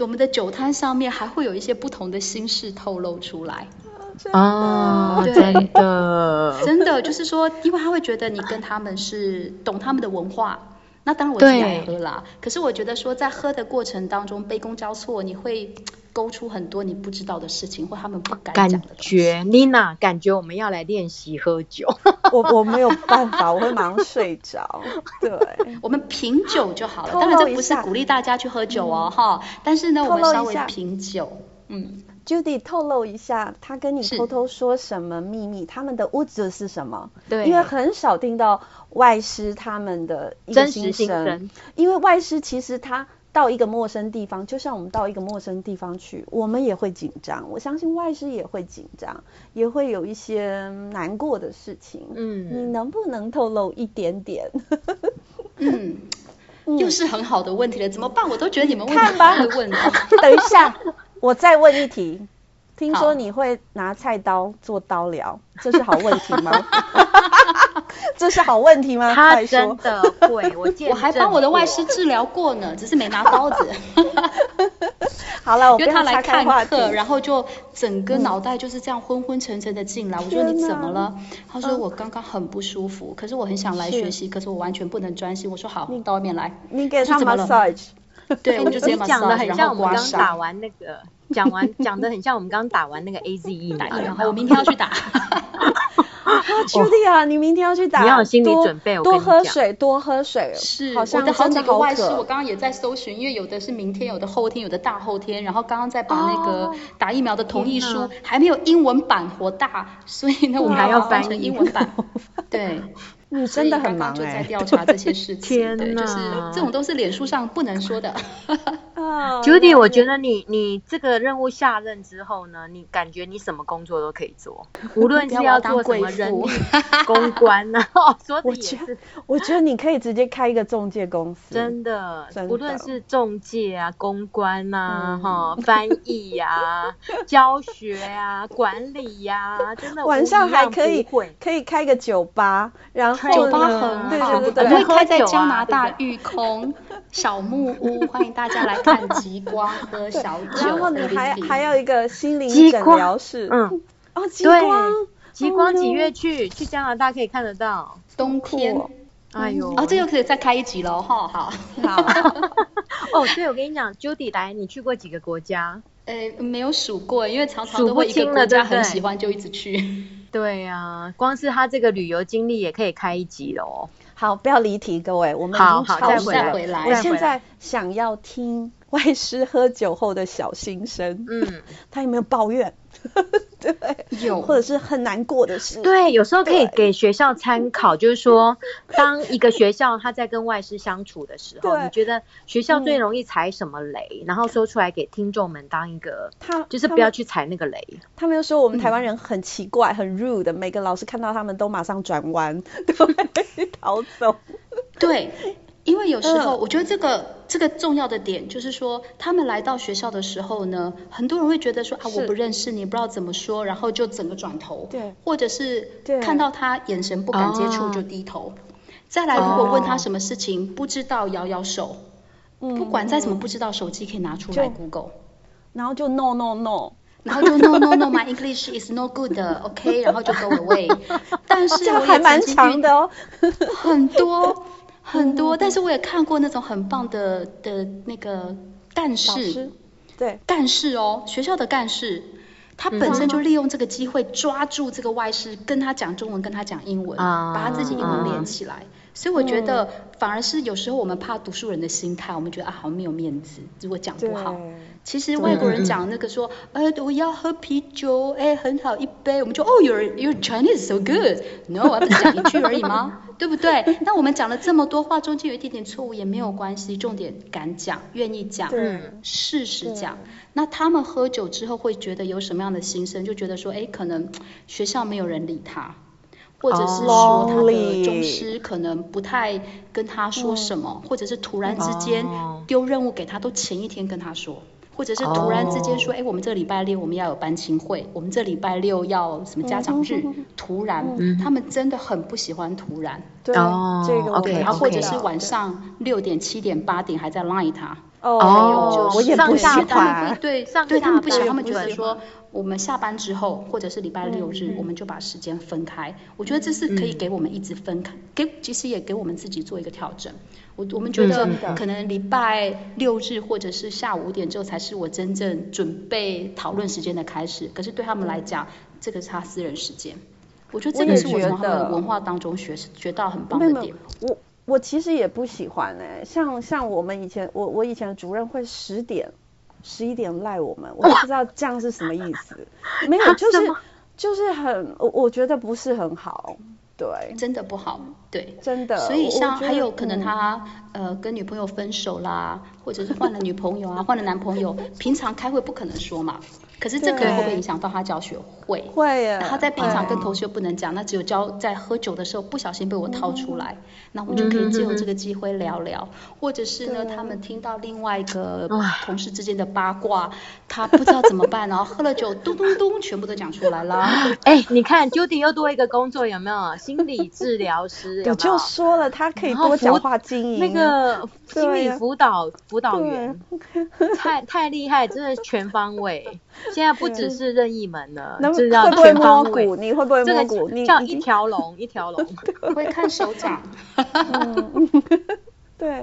S4: 我们的酒摊上面还会有一些不同的心事透露出来，
S2: 啊，
S4: 对
S2: 真的，
S4: 真的就是说，因为他会觉得你跟他们是懂他们的文化。那当然我自己爱
S2: 对
S4: 喝啦，可是我觉得说在喝的过程当中杯弓交错，你会勾出很多你不知道的事情或他们不敢讲
S2: 感
S4: 的东西。
S2: 觉 Nina，感觉我们要来练习喝酒。
S3: 我我没有办法，我会马上睡 着。对，
S4: 我们品酒就好了，
S3: 透
S4: 当然
S3: 露
S4: 这
S3: 一
S4: 不是
S3: 下嗯
S4: 鼓励大家去喝酒哦，哈、但是呢，
S3: 透
S4: 我们
S3: 露
S4: 稍
S3: 一
S4: 微
S3: 下
S4: 品酒，嗯，
S3: Judy 透露一下，他跟你
S4: 是
S3: 偷偷说什么秘密？他们的屋子是什么？
S2: 对
S3: 因为很少听到外师他们的一个
S2: 真实
S3: 心
S2: 心声
S3: 因为外师其实他到一个陌生地方，就像我们到一个陌生地方去，我们也会紧张。我相信外师也会紧张，也会有一些难过的事情。你
S2: 嗯，
S3: 能不能透露一点点？
S4: 嗯， 又是很好的问题了，怎么办？我都觉得你们问
S3: 看
S4: 题
S3: 吧
S4: 会 问到。
S3: 等一下，我再问一题。听
S4: 好
S3: 说你会拿菜刀做刀疗，这是好问题 吗？这是好问题吗？
S2: 他
S3: 快
S2: 真
S3: 说，
S2: 的 会，我见
S4: 我还帮
S2: 证
S4: 我的外
S2: 过
S4: 师治疗过呢，只是没拿 刀子，
S3: 好了，我哦不
S4: 因为他
S3: 要岔开
S4: 来看
S3: 话题。
S4: 课，然后就整个脑袋就是这样昏昏沉沉的进来。我说
S3: 天
S4: 你怎
S3: 哪
S4: 么了？他说我刚刚很不舒服，可是我很想来学习，可是我完全不能专心。我说好，到外面来。
S3: 你给
S4: 我说
S3: 他
S4: 怎么了
S3: massage，
S4: 对，我
S2: 你
S4: 就直接
S2: 你讲的
S4: massage，
S2: 很
S4: 然
S2: 像
S4: 后
S2: 我们
S4: 刮
S2: 刚打
S4: 痧。
S2: 完那个，讲完 讲的很像我们刚打完那个 A Z E 奶，
S4: 然后哎我 明天要去打。
S3: 啊，Judy 啊，你明天要去打，
S2: 哦你要有心理
S3: 多
S2: 准备我跟
S3: 多
S2: 你
S3: 喝
S2: 讲
S3: 水，多喝水。
S4: 是，
S3: 好像
S4: 我的好
S3: 真
S4: 几
S3: 的
S4: 个
S3: 好
S4: 外事，我
S3: 渴。
S4: 刚刚也在搜寻，因为有的是明天，有的后天，有的大后天，然后刚刚在把那个打疫苗的同意书、还没有英文版火大，所以呢，我
S2: 你
S4: 们
S2: 还要翻
S4: 翻成
S2: 译
S4: 英文版。对，
S3: 你
S4: 所
S3: 真
S4: 以
S3: 的很忙
S4: 刚刚就在
S3: 哎、
S4: 调查这些 事情。
S2: 天
S4: 对，就是
S2: 哪
S4: 这种都是脸书上不能说的。
S3: 啊
S2: Judy，我哦觉得你你这个任务下任之后呢，你感觉你什么工作都可以做，无论是
S4: 不要
S2: 要
S4: 当
S2: 做什么
S4: 贵妇
S2: 人力公关啊，哦，说的
S3: 我
S2: 也
S3: 觉
S2: 是
S3: 我觉得你可以直接开一个中介公司。
S2: 真的
S3: 真，的
S2: 无论是中介啊、公关啊、
S3: 嗯
S2: 哈、翻译 啊、教学啊、管理呀，真的
S3: 晚上还可
S2: 无一
S3: 以
S2: 样不会。
S3: 可以开个酒吧，然后
S4: 酒吧
S3: 呢
S4: 很
S3: 对
S4: 好，
S3: 对
S4: 我
S3: 对
S4: 们会
S3: 对，
S4: 开在
S2: 喝酒啊
S4: 加拿大
S2: 对
S4: 育空小木屋，欢迎大家来看 极光喝小酒。
S3: 然后你还
S4: Living
S3: 还有一个心灵
S2: 极
S3: 诊
S2: 光
S3: 疗室，
S2: 嗯，
S3: 哦，极
S2: 对
S3: 光，
S2: 极光几月去？去加拿大可以看得到。
S4: 冬天
S3: 酷哦
S2: 哎呦，
S4: 哦，这又可以再开一集了 哈，好。
S3: 好，
S2: 哦，对，我跟你讲，Judy 来，你去过几个国家？
S4: 呃，没有数过，因为常常
S2: 数
S4: 都会
S2: 不
S4: 一个
S2: 清
S4: 国
S2: 了对
S4: 家
S2: 不
S4: 很
S2: 对
S4: 喜欢就一直 去。
S2: 对呀、光是他这个旅游经历也可以开一集了哦。
S3: 好，不要离题，各位，我们已
S2: 好
S3: 经
S2: 好
S3: 超
S2: 再
S3: 时
S2: 回来
S3: 了。
S4: 来
S3: 我
S2: 再回
S3: 现
S2: 来
S3: 在想要听外师喝酒后的小心声，
S2: 嗯，
S3: 他有没有抱怨？ 对，
S4: 有
S3: 或者是很难过的事？，
S2: 对，有时候可以给学校参考，就是说， 当一个学校他在跟外师相处的时候，
S3: 对嗯
S2: 你觉得学校最容易踩什么雷，然后说出来给听众们当一个，
S3: 他
S2: 就是
S3: 他
S2: 不要
S3: 们
S2: 去踩那个雷。
S3: 他们又说我们台湾人很奇怪，很 rude，每个老师看到他们都马上转弯， 对，逃走。
S4: 对，因为有时候
S3: 嗯
S4: 我觉得这个这个重要的点就是说，他们来到学校的时候呢，很多人会觉得说啊，我
S3: 是
S4: 不认识你，不知道怎么说，然后就整个转头，
S3: 对，
S4: 或者是
S3: 对
S4: 看到他眼神不敢接触
S2: 哦
S4: 就低头。再来，如果问他什么事情不知道，摇摇手，
S3: 嗯
S4: 不管再怎么不知道，手机可以拿出来
S3: 就
S4: Google。
S3: 然后就 no no no，
S4: 然后就 no no no，my English is no good，OK，、然后就 go away。但是
S3: 这样
S4: 我也
S3: 还蛮
S4: 曾经
S3: 长的哦。
S4: 遇 很多很
S3: 嗯
S4: 多，但是我也看过那种很棒的的那个干
S3: 老师
S4: 事，，
S3: 对，
S4: 干事哦，学校的干事，他本
S3: 嗯
S4: 身就利用这个机会抓住这个外事，跟他讲中文，跟他讲英文，
S2: 啊
S4: 把他自己英文连起来。
S3: 啊
S4: 所以我觉
S3: 嗯
S4: 得，反而是有时候我们怕读书人的心态，我们觉得啊，好没有面子，如果讲
S3: 对
S4: 不好。其实外国人讲那个说，呃，我要喝啤酒，哎，很好，一杯，我们就哦，your your Chinese so good，no，我不是讲一句而已吗？ 对不对？那我们讲了这么多话，中间有一点点错误也没有关系，重点敢讲，愿意讲，
S3: 对
S4: 事实
S3: 对
S4: 讲。那他们喝酒之后会觉得有什么样的心声？就觉得说，哎，可能学校没有人理他。或者是
S2: 哦
S4: 说他的中
S3: Lonely
S4: 师可能不太跟他说什么，或者是突然之间
S2: 嗯哦
S4: 丢任务给他，都前一天跟他说，或者是突然之
S2: 哦
S4: 间说，哎、我们这礼拜六我们要有班亲会，我们这礼拜六要什么家长日，突然，
S2: 嗯
S4: 他们真的很不喜欢突然，
S3: 对，
S2: 哦
S3: 这个我
S2: ，OK，
S3: 知
S4: 对，
S3: 道
S4: 然后或者
S2: OK
S4: 是晚上六点、七点、八点还在 line 他，
S3: 哦，
S2: 还
S4: 还有就是
S3: 我也不喜
S4: 上下班
S3: 欢。
S4: 对
S2: 上
S4: 对他们不喜
S2: 下
S4: 欢，
S2: 班
S4: 他们觉
S2: 不
S4: 得
S2: 喜
S4: 说我们下班之后或者是礼拜
S3: 嗯
S4: 六日，我们就把时间分开。我觉得这是可以给我们一直分开，给其实也给我们自己做一个调整。我我们觉得
S2: 嗯
S4: 可能礼拜六日或者是下午五点之后才是我真正准备讨论时间的开始，可是对他们来讲，这个是他私人时间。我觉得这
S3: 我
S4: 个
S3: 也
S4: 是我
S3: 觉
S4: 从他
S3: 得
S4: 们文化当中学学到很棒
S3: 没有
S4: 的
S3: 没有
S4: 点。，
S3: 我我其实也不喜欢哎、像像我们以前，我我以前的主任会十点、十一点赖我们，我都不知道这样是什么意思。没有，就是就是很，我我觉得不是很好，对，
S4: 真的不好，对，
S3: 真的
S4: 所
S3: 呃我
S4: 以像
S3: 我觉
S4: 还
S3: 得
S4: 有可
S3: 嗯
S4: 能他、呃跟女朋友分手啦，或者是换了女朋友啊，换了男朋友，平常开会不可能说嘛，可是这可能会不会影响到他教学会？
S3: 会耶。
S4: 然后在平
S3: 会
S4: 常跟同学不能讲，那只有教在喝酒的时候不小心被
S3: 哦
S4: 我掏出来，那我们
S3: 嗯
S4: 就可以借由这个机会聊聊，或者是呢，他们听到另外一个同事之间的八卦，他不知道怎么办，然后喝了酒，咚咚咚，全部都讲出 来啦。
S2: 哎、你看 Judy 又多一个工作，有没有？心理治疗师，有没有
S3: 我就说了，他可以
S2: 然后
S3: 多
S2: 辅
S3: 角化经
S2: 那
S3: 营。
S2: 个心
S3: 对
S2: 理
S3: 呀
S2: 辅导辅导
S3: 对
S2: 员，太太厉害，真的是全方位。现在不只是任意门了，
S3: 能
S2: 就是要
S3: 会不会
S2: 全方
S3: 摸
S2: 位。
S3: 骨？你会不会
S2: 这
S3: 摸骨？
S2: 个
S3: 你
S2: 叫
S3: 已
S2: 一
S3: 经
S2: 条 龙，一条龙。
S4: 会看手掌，
S3: 对，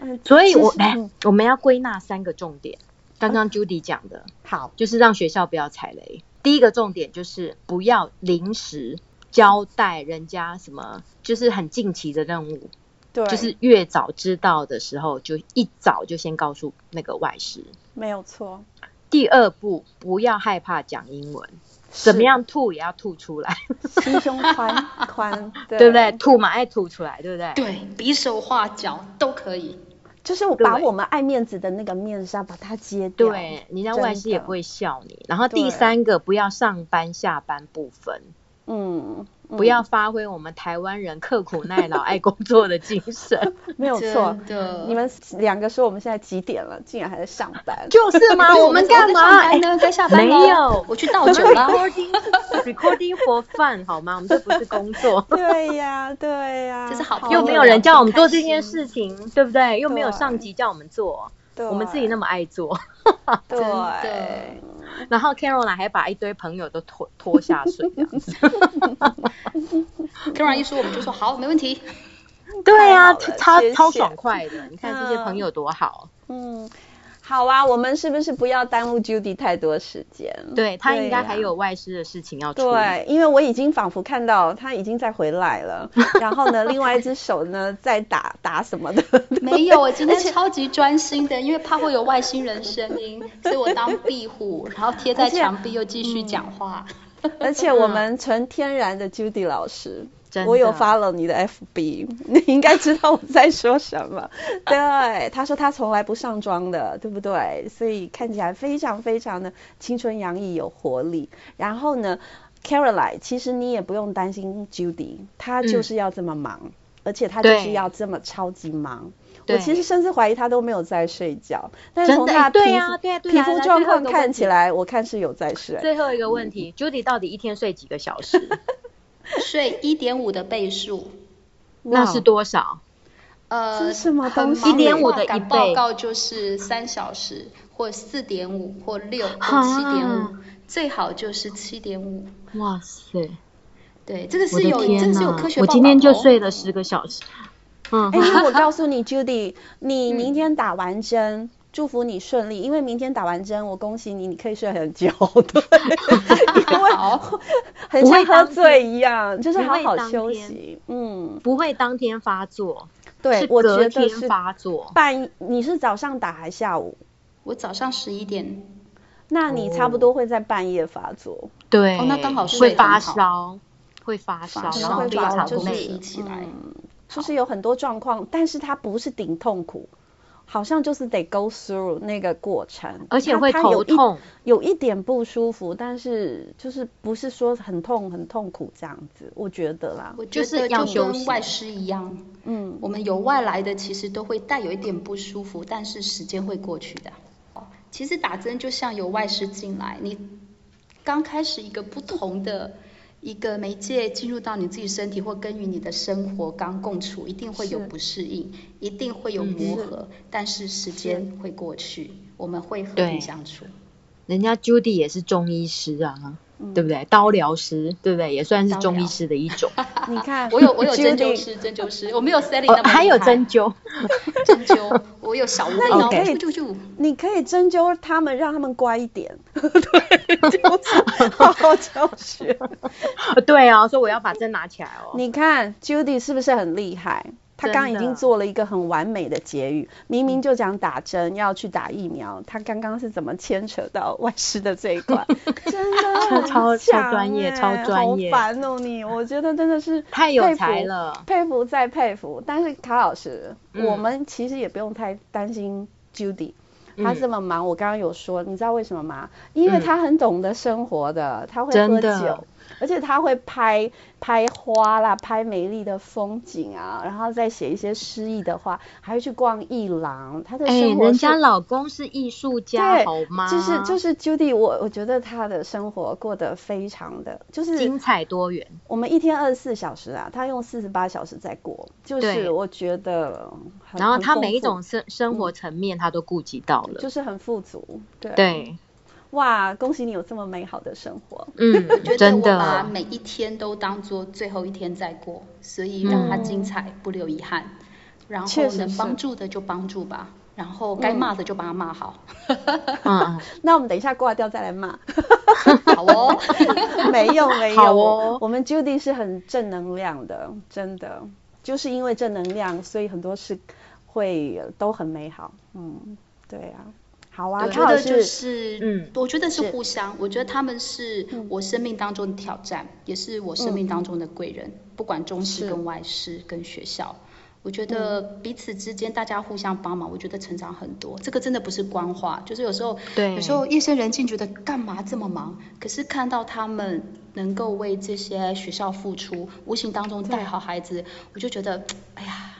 S3: 嗯，
S2: 所以我
S3: 其实
S2: 哎、
S3: 嗯
S2: 我们要归纳三个重点。刚刚 Judy 讲的，
S3: 好，
S2: 就是让学校不要踩雷。第一个重点就是不要临时交代人家什么，就是很近期的任务，
S3: 对，
S2: 就是越早知道的时候，就一早就先告诉那个外师。
S3: 没有错。
S2: 第二步，不要害怕讲英文，怎么样吐也要吐出来，
S3: 心胸宽宽，对
S2: 对不对？？吐嘛爱吐出来，对不对？
S4: 对比手画脚都可以。
S3: 就是我把
S2: 对
S3: 我们爱面子的那个面纱把它揭掉。
S2: 对，人家外师也不会笑你。然后第
S3: 对
S2: 三个，不要上班下班不分，
S3: 嗯，嗯，
S2: 不要发挥我们台湾人刻苦耐劳、爱工作的精神，
S3: 没有错。
S4: 真的
S3: 你们两个说我们现在几点了，竟然还在上班，，
S2: 就是嘛。我们干嘛？
S4: 在上班呢？哎在下班咯
S2: 没有
S4: 我去倒
S2: 我们
S4: 酒啦。
S2: recording recording for fun 好吗？我们这不是工作
S3: 对呀，对呀，
S4: 这是好朋友
S2: 又没有人叫我们做这件事情，对不对？又没有
S3: 对
S2: 上级叫我们做，
S3: 对
S2: 我们自己那么爱做。
S3: 啊 对
S4: 真的
S2: 然后 Caroline 还把一堆朋友都拖拖下水，这样子。
S4: 突然一说，我们就说好，没问题。
S2: 对啊，
S3: 太好了
S2: 超
S3: 谢谢
S2: 超爽快的，你看这些朋友多好。
S3: 嗯，好啊，我们是不是不要耽误 Judy 太多时间？
S2: 对他应该
S3: 呀
S2: 还有外师的事情要处理。
S3: 对，因为我已经仿佛看到他已经在回 来了，然后呢，另外一只手呢在打打什么的，
S4: 没有，我今天超级专心的，因为怕会有外星人声音，所以我当壁虎，然后贴在墙壁又继续讲话。
S3: 而且我们纯天然的 Judy 老师
S2: 嗯真，的
S3: 我有 follow 你的 FB，你 应该知道我在说 什么。对，他说他从来不上妆的，对不对？所以看起来非常非常的青春洋溢，有活力。然后呢，Caroline，其实你也不用担心 Judy，她
S2: 嗯
S3: 就是要这么忙，而且她就是
S2: 对
S3: 要这么超级忙。我
S2: 对
S3: 其实甚至怀疑她都没有在睡觉，但是
S2: 真
S3: 从
S2: 的
S3: 她
S2: 哎
S3: 的
S2: 对
S3: 皮肤、
S2: 呀对呀对
S3: 皮
S2: 呀
S3: 肤
S2: 来
S3: 状
S2: 最后一
S3: 况
S2: 个
S3: 看
S2: 问
S3: 起来，我看是有在睡。
S2: 最后一个问题，Judy 到底一天睡几个小时？
S4: 睡一点五的倍数，
S2: 那是多少？
S4: 呃，
S3: 这是什么
S4: 很
S3: 东西
S4: 忙
S2: 1.5
S4: 话
S2: 的一
S4: 赶
S2: 倍
S4: 报告就是三小时，或四点五，或六，或
S2: 啊
S4: 七点五，最好就是七点五。
S2: 哇塞！
S4: 对，这个
S2: 我
S4: 是
S2: 的
S4: 有，这
S2: 天
S4: 个是有
S2: 呐
S4: 科学，
S2: 我
S4: 报
S2: 今
S4: 道
S2: 天
S4: 的
S2: 就
S4: 哦
S2: 睡了十个小时。嗯
S3: 哎、， 那我告诉 你，Judy，你明天打完针，祝福你顺利，因为明天打完针，我恭喜你，你可以睡很久， 对，因为
S4: 好
S3: 很
S2: 不会
S3: 像喝
S2: 当
S3: 醉一样，就是
S2: 不
S3: 好
S2: 会
S3: 好
S2: 当
S3: 休
S2: 天
S3: 息。嗯，
S2: 不会当天发作，
S3: 对
S2: 是，
S3: 我觉
S2: 隔
S3: 得
S2: 天
S3: 是
S2: 发作。
S3: 半，你是早上打还是下午？
S4: 我早上十一点
S3: 那
S2: 哦
S3: 你差不多会在半夜发作。
S2: 对，
S4: 哦那刚好睡
S2: 会
S4: 得
S2: 发
S4: 很好
S2: 烧，会发烧，
S4: 发
S2: 然
S4: 烧
S2: 后
S3: 会
S2: 非
S3: 发
S2: 常
S3: 就是
S2: 累。
S4: 提起来。
S3: 就是有很多状况，但是它不是顶痛苦，好像就是得 go through 那个过程，
S2: 而且
S3: 它
S2: 会
S3: 它
S2: 头
S3: 有一
S2: 痛
S3: 有一点不舒服，但是就是不是说很痛很痛苦这样子，我觉得啦，
S4: 我觉
S2: 就是
S4: 得
S2: 要
S4: 就
S2: 休
S4: 跟
S2: 息
S4: 外师一样，
S3: 嗯，
S4: 我们有外来的，其实都会带有一点不舒服，但是时间会过去的。其实打针就像有外师进来，你刚开始一个不同的一个媒介进入到你自己身体或跟与你的生活刚共处，一定会有
S5: 是
S4: 不适应，一定
S2: 嗯
S4: 会有磨合，但是时间会过去，我们会和
S2: 对
S4: 平相处。
S2: 人家 Judy 也是中医师啊，
S3: 嗯
S2: 对不对？刀疗师，对不对？也算是
S4: 刀
S2: 中医
S4: 疗
S2: 师的一 种。呃
S3: 你看，
S4: 我有我有针
S3: Judy
S4: 灸师，针灸师，我没有 Sally
S2: 哦
S4: 那么、，
S2: 还有针，灸，
S4: 针灸，我有小舞蹈，
S3: 可以
S4: 啾啾啾。
S3: 你可以针灸他们，让他们乖一点。 对，就是好好教学。
S2: 对啊，说我要把针拿起来哦。
S3: 你看 Judy 是不是很厉害？他刚刚已
S2: 真
S3: 经
S2: 的
S3: 做了一个很完美的结语，明明就讲打针要去打疫
S2: 嗯
S3: 苗，他刚刚是怎么牵扯到外师的这 一块？真的很
S2: 超超
S3: 强
S2: 专业
S3: 欸
S2: 超专业
S3: 好烦哦你！我觉得真的是
S2: 太有
S3: 佩服
S2: 才了
S3: 佩服再佩服。但是卡老师，
S2: 嗯
S3: 我们其实也不用太担心 Judy。
S2: 嗯
S3: 他这么忙，我刚刚有说，你知道为什么吗？因为他很懂得生活的，他会喝
S2: 真的
S3: 酒，而且他会拍拍花啦，拍美丽的风景啊，然后再写一些诗意的话，还会去逛艺廊。他的
S2: 哎，
S3: 生活
S2: 人
S3: 是
S2: 家老公是艺术家，
S3: 对
S2: 好吗？
S3: 就是就是 Judy，我我觉得他的生活过得非常的，就是
S2: 精彩多元。
S3: 我们一天二十四小时啊，他用四十八小时在过，就
S2: 对
S3: 是我觉得很，
S2: 然后
S3: 很
S2: 他
S3: 丰
S2: 每一
S3: 富嗯
S2: 种生生活层面，他都顾及到
S3: 就
S2: 了。
S3: 是很富足，对，
S2: 对，
S3: 哇，恭喜你有这么美好的生活。
S2: 嗯
S4: 我觉，得
S2: 真
S4: 我把
S2: 的，
S4: 每一天都当做最后一天在过，所以让它精彩，不留遗憾。然
S3: 确
S4: 后
S3: 实嗯
S4: 能
S3: 是
S4: 帮助的就帮助吧，然后该骂的就把它骂好。
S2: 嗯，
S3: 那我们等一下挂掉再来骂。
S4: 好 哦，
S3: 没 有没有，
S2: 好哦
S3: 我们 Judy 是很正能量的，真的，就是因为正能量，所以很多事会呃都很美好。嗯，对啊，好啊，
S4: 我
S3: 卡
S4: 觉
S3: 老
S4: 得就
S3: 师，
S4: 是，
S2: 嗯
S4: 我觉得是互相。我觉得他们是
S3: 嗯
S4: 我生命当中的挑战，也是我生命当中的贵人，不管中
S3: 嗯是嗯
S4: 师跟外师跟学校。我觉得彼此之间大家互相帮忙，我觉得成长很多。这个真的不是官话，就是有时候
S2: 对
S4: 有时候夜深人静觉得干嘛这么忙，可是看到他们能够为这些学校付出，无形当中带好孩子，我就觉得哎呀，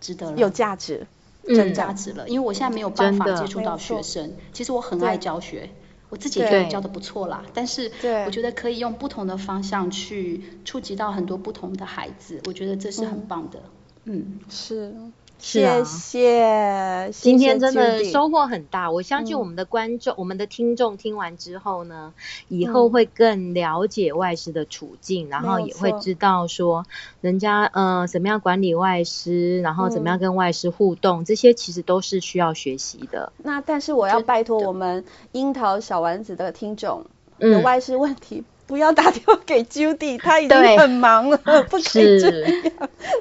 S4: 值得了，
S3: 有价值，
S4: 增
S2: 嗯
S4: 价值了，因为我现在没有办法
S2: 真的
S4: 接触到学生，其实我很爱教学，我自己也觉
S2: 对
S4: 得教的不错啦，但是
S3: 对
S4: 我觉得可以用不同的方向去触及到很多不同的孩子，我觉得这是很棒的。嗯，
S3: 是，
S2: 是啊
S3: 谢谢，
S2: 今天
S3: 谢谢
S2: 真的
S3: Judy
S2: 收获很大，我相信
S3: 嗯
S2: 我们的观众、我们的听众听完之后呢，以后会更了解外师的处境，然后
S3: 嗯没有
S2: 也会
S3: 错
S2: 知道说人家呃怎么样管理外师，然后
S3: 嗯
S2: 怎么样跟外师互动，这些其实都是需要学习的。
S3: 那但是我要拜托我们樱桃小丸子的听众，有
S2: 嗯，
S3: 外事问题。不要打电话给 Judy，她已经
S2: 对
S3: 很忙了，不可以这
S2: 是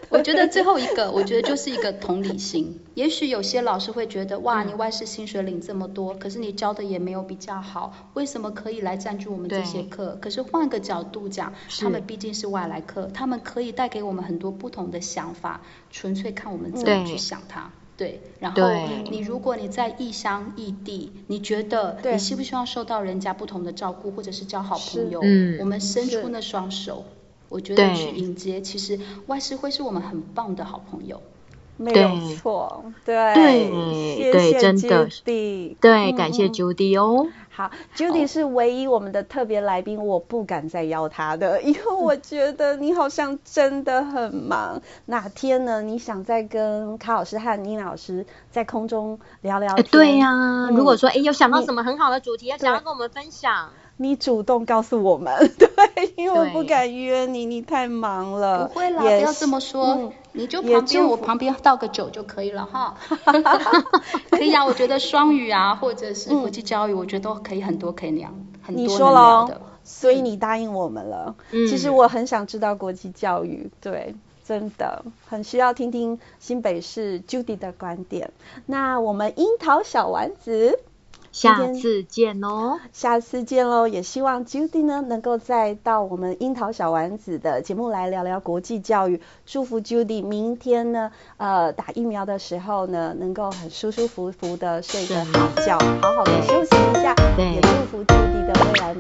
S4: 我觉得最后一个，我觉得就是一个同理心。也许有些老师会觉得，哇，你外事薪水领这么多，可是你教的也没有比较好，为什么可以来赞助我们这些
S2: 对
S4: 课？可是换个角度讲，
S2: 是
S4: 他们毕竟是外来客，他们可以带给我们很多不同的想法，纯粹看我们怎
S2: 对
S4: 么去想它。对，然后
S2: 对
S4: 你如果你在异乡异地，你觉得
S3: 对
S4: 你希不希望受到人家不同的照顾，或者是交好
S3: 是
S4: 朋友？
S2: 嗯
S4: 我们伸
S3: 是
S4: 出那双手，我觉得去
S2: 对
S4: 迎接，其实外师会是我们很棒的好朋友。
S3: 没
S2: 对
S3: 有错，对
S2: 对
S3: 谢
S2: 对
S3: 谢
S2: 真的
S3: Judy，
S2: 对，
S3: 嗯
S2: 感谢
S3: 嗯
S2: Judy 哦。
S3: 好，Judy 是唯一我们的特别来宾，我不敢再邀她的，因为我觉得你好像真的很忙。哪天呢？你想再跟卡老师和妮娜老师在空中聊聊
S2: 哎，
S3: 天？
S2: 对呀、
S3: 嗯
S2: 如果说哎有想到
S3: 你
S2: 什么很好的主题，要想要跟我们分享，
S3: 你主动告诉我们， 对，因为我不
S2: 对
S3: 敢约你，你太忙了。
S4: 不会啦，
S3: 呃也
S4: 不要这么
S3: 是
S4: 说，
S3: 嗯
S4: 你就
S3: 也
S4: 旁边
S3: 祝
S4: 我
S3: 福
S4: 旁边倒个酒就可以了 哈。可以啊，我觉得双语啊，或者是国际教育，我觉得都可以很多可以聊，很
S3: 嗯你
S4: 多
S3: 说
S4: 能
S3: 了
S4: 聊
S3: 哦
S4: 的。嗯
S3: 所以你答应我们了。
S2: 嗯
S3: 其实我很想知道国际教育，对，真的很需要听听新北市 Judy 的观点。那我们樱桃小丸子
S2: 下
S3: 天
S2: 次见哦。
S3: 下次见喽！也希望 Judy 呢能够再到我们樱桃小丸子的节目来聊聊国际教育。祝福 Judy 明天呢，呃，打疫苗的时候呢，能够很舒舒服服的睡个好觉，好好的休息一下。
S2: 对
S3: 也祝福 Judy 的未来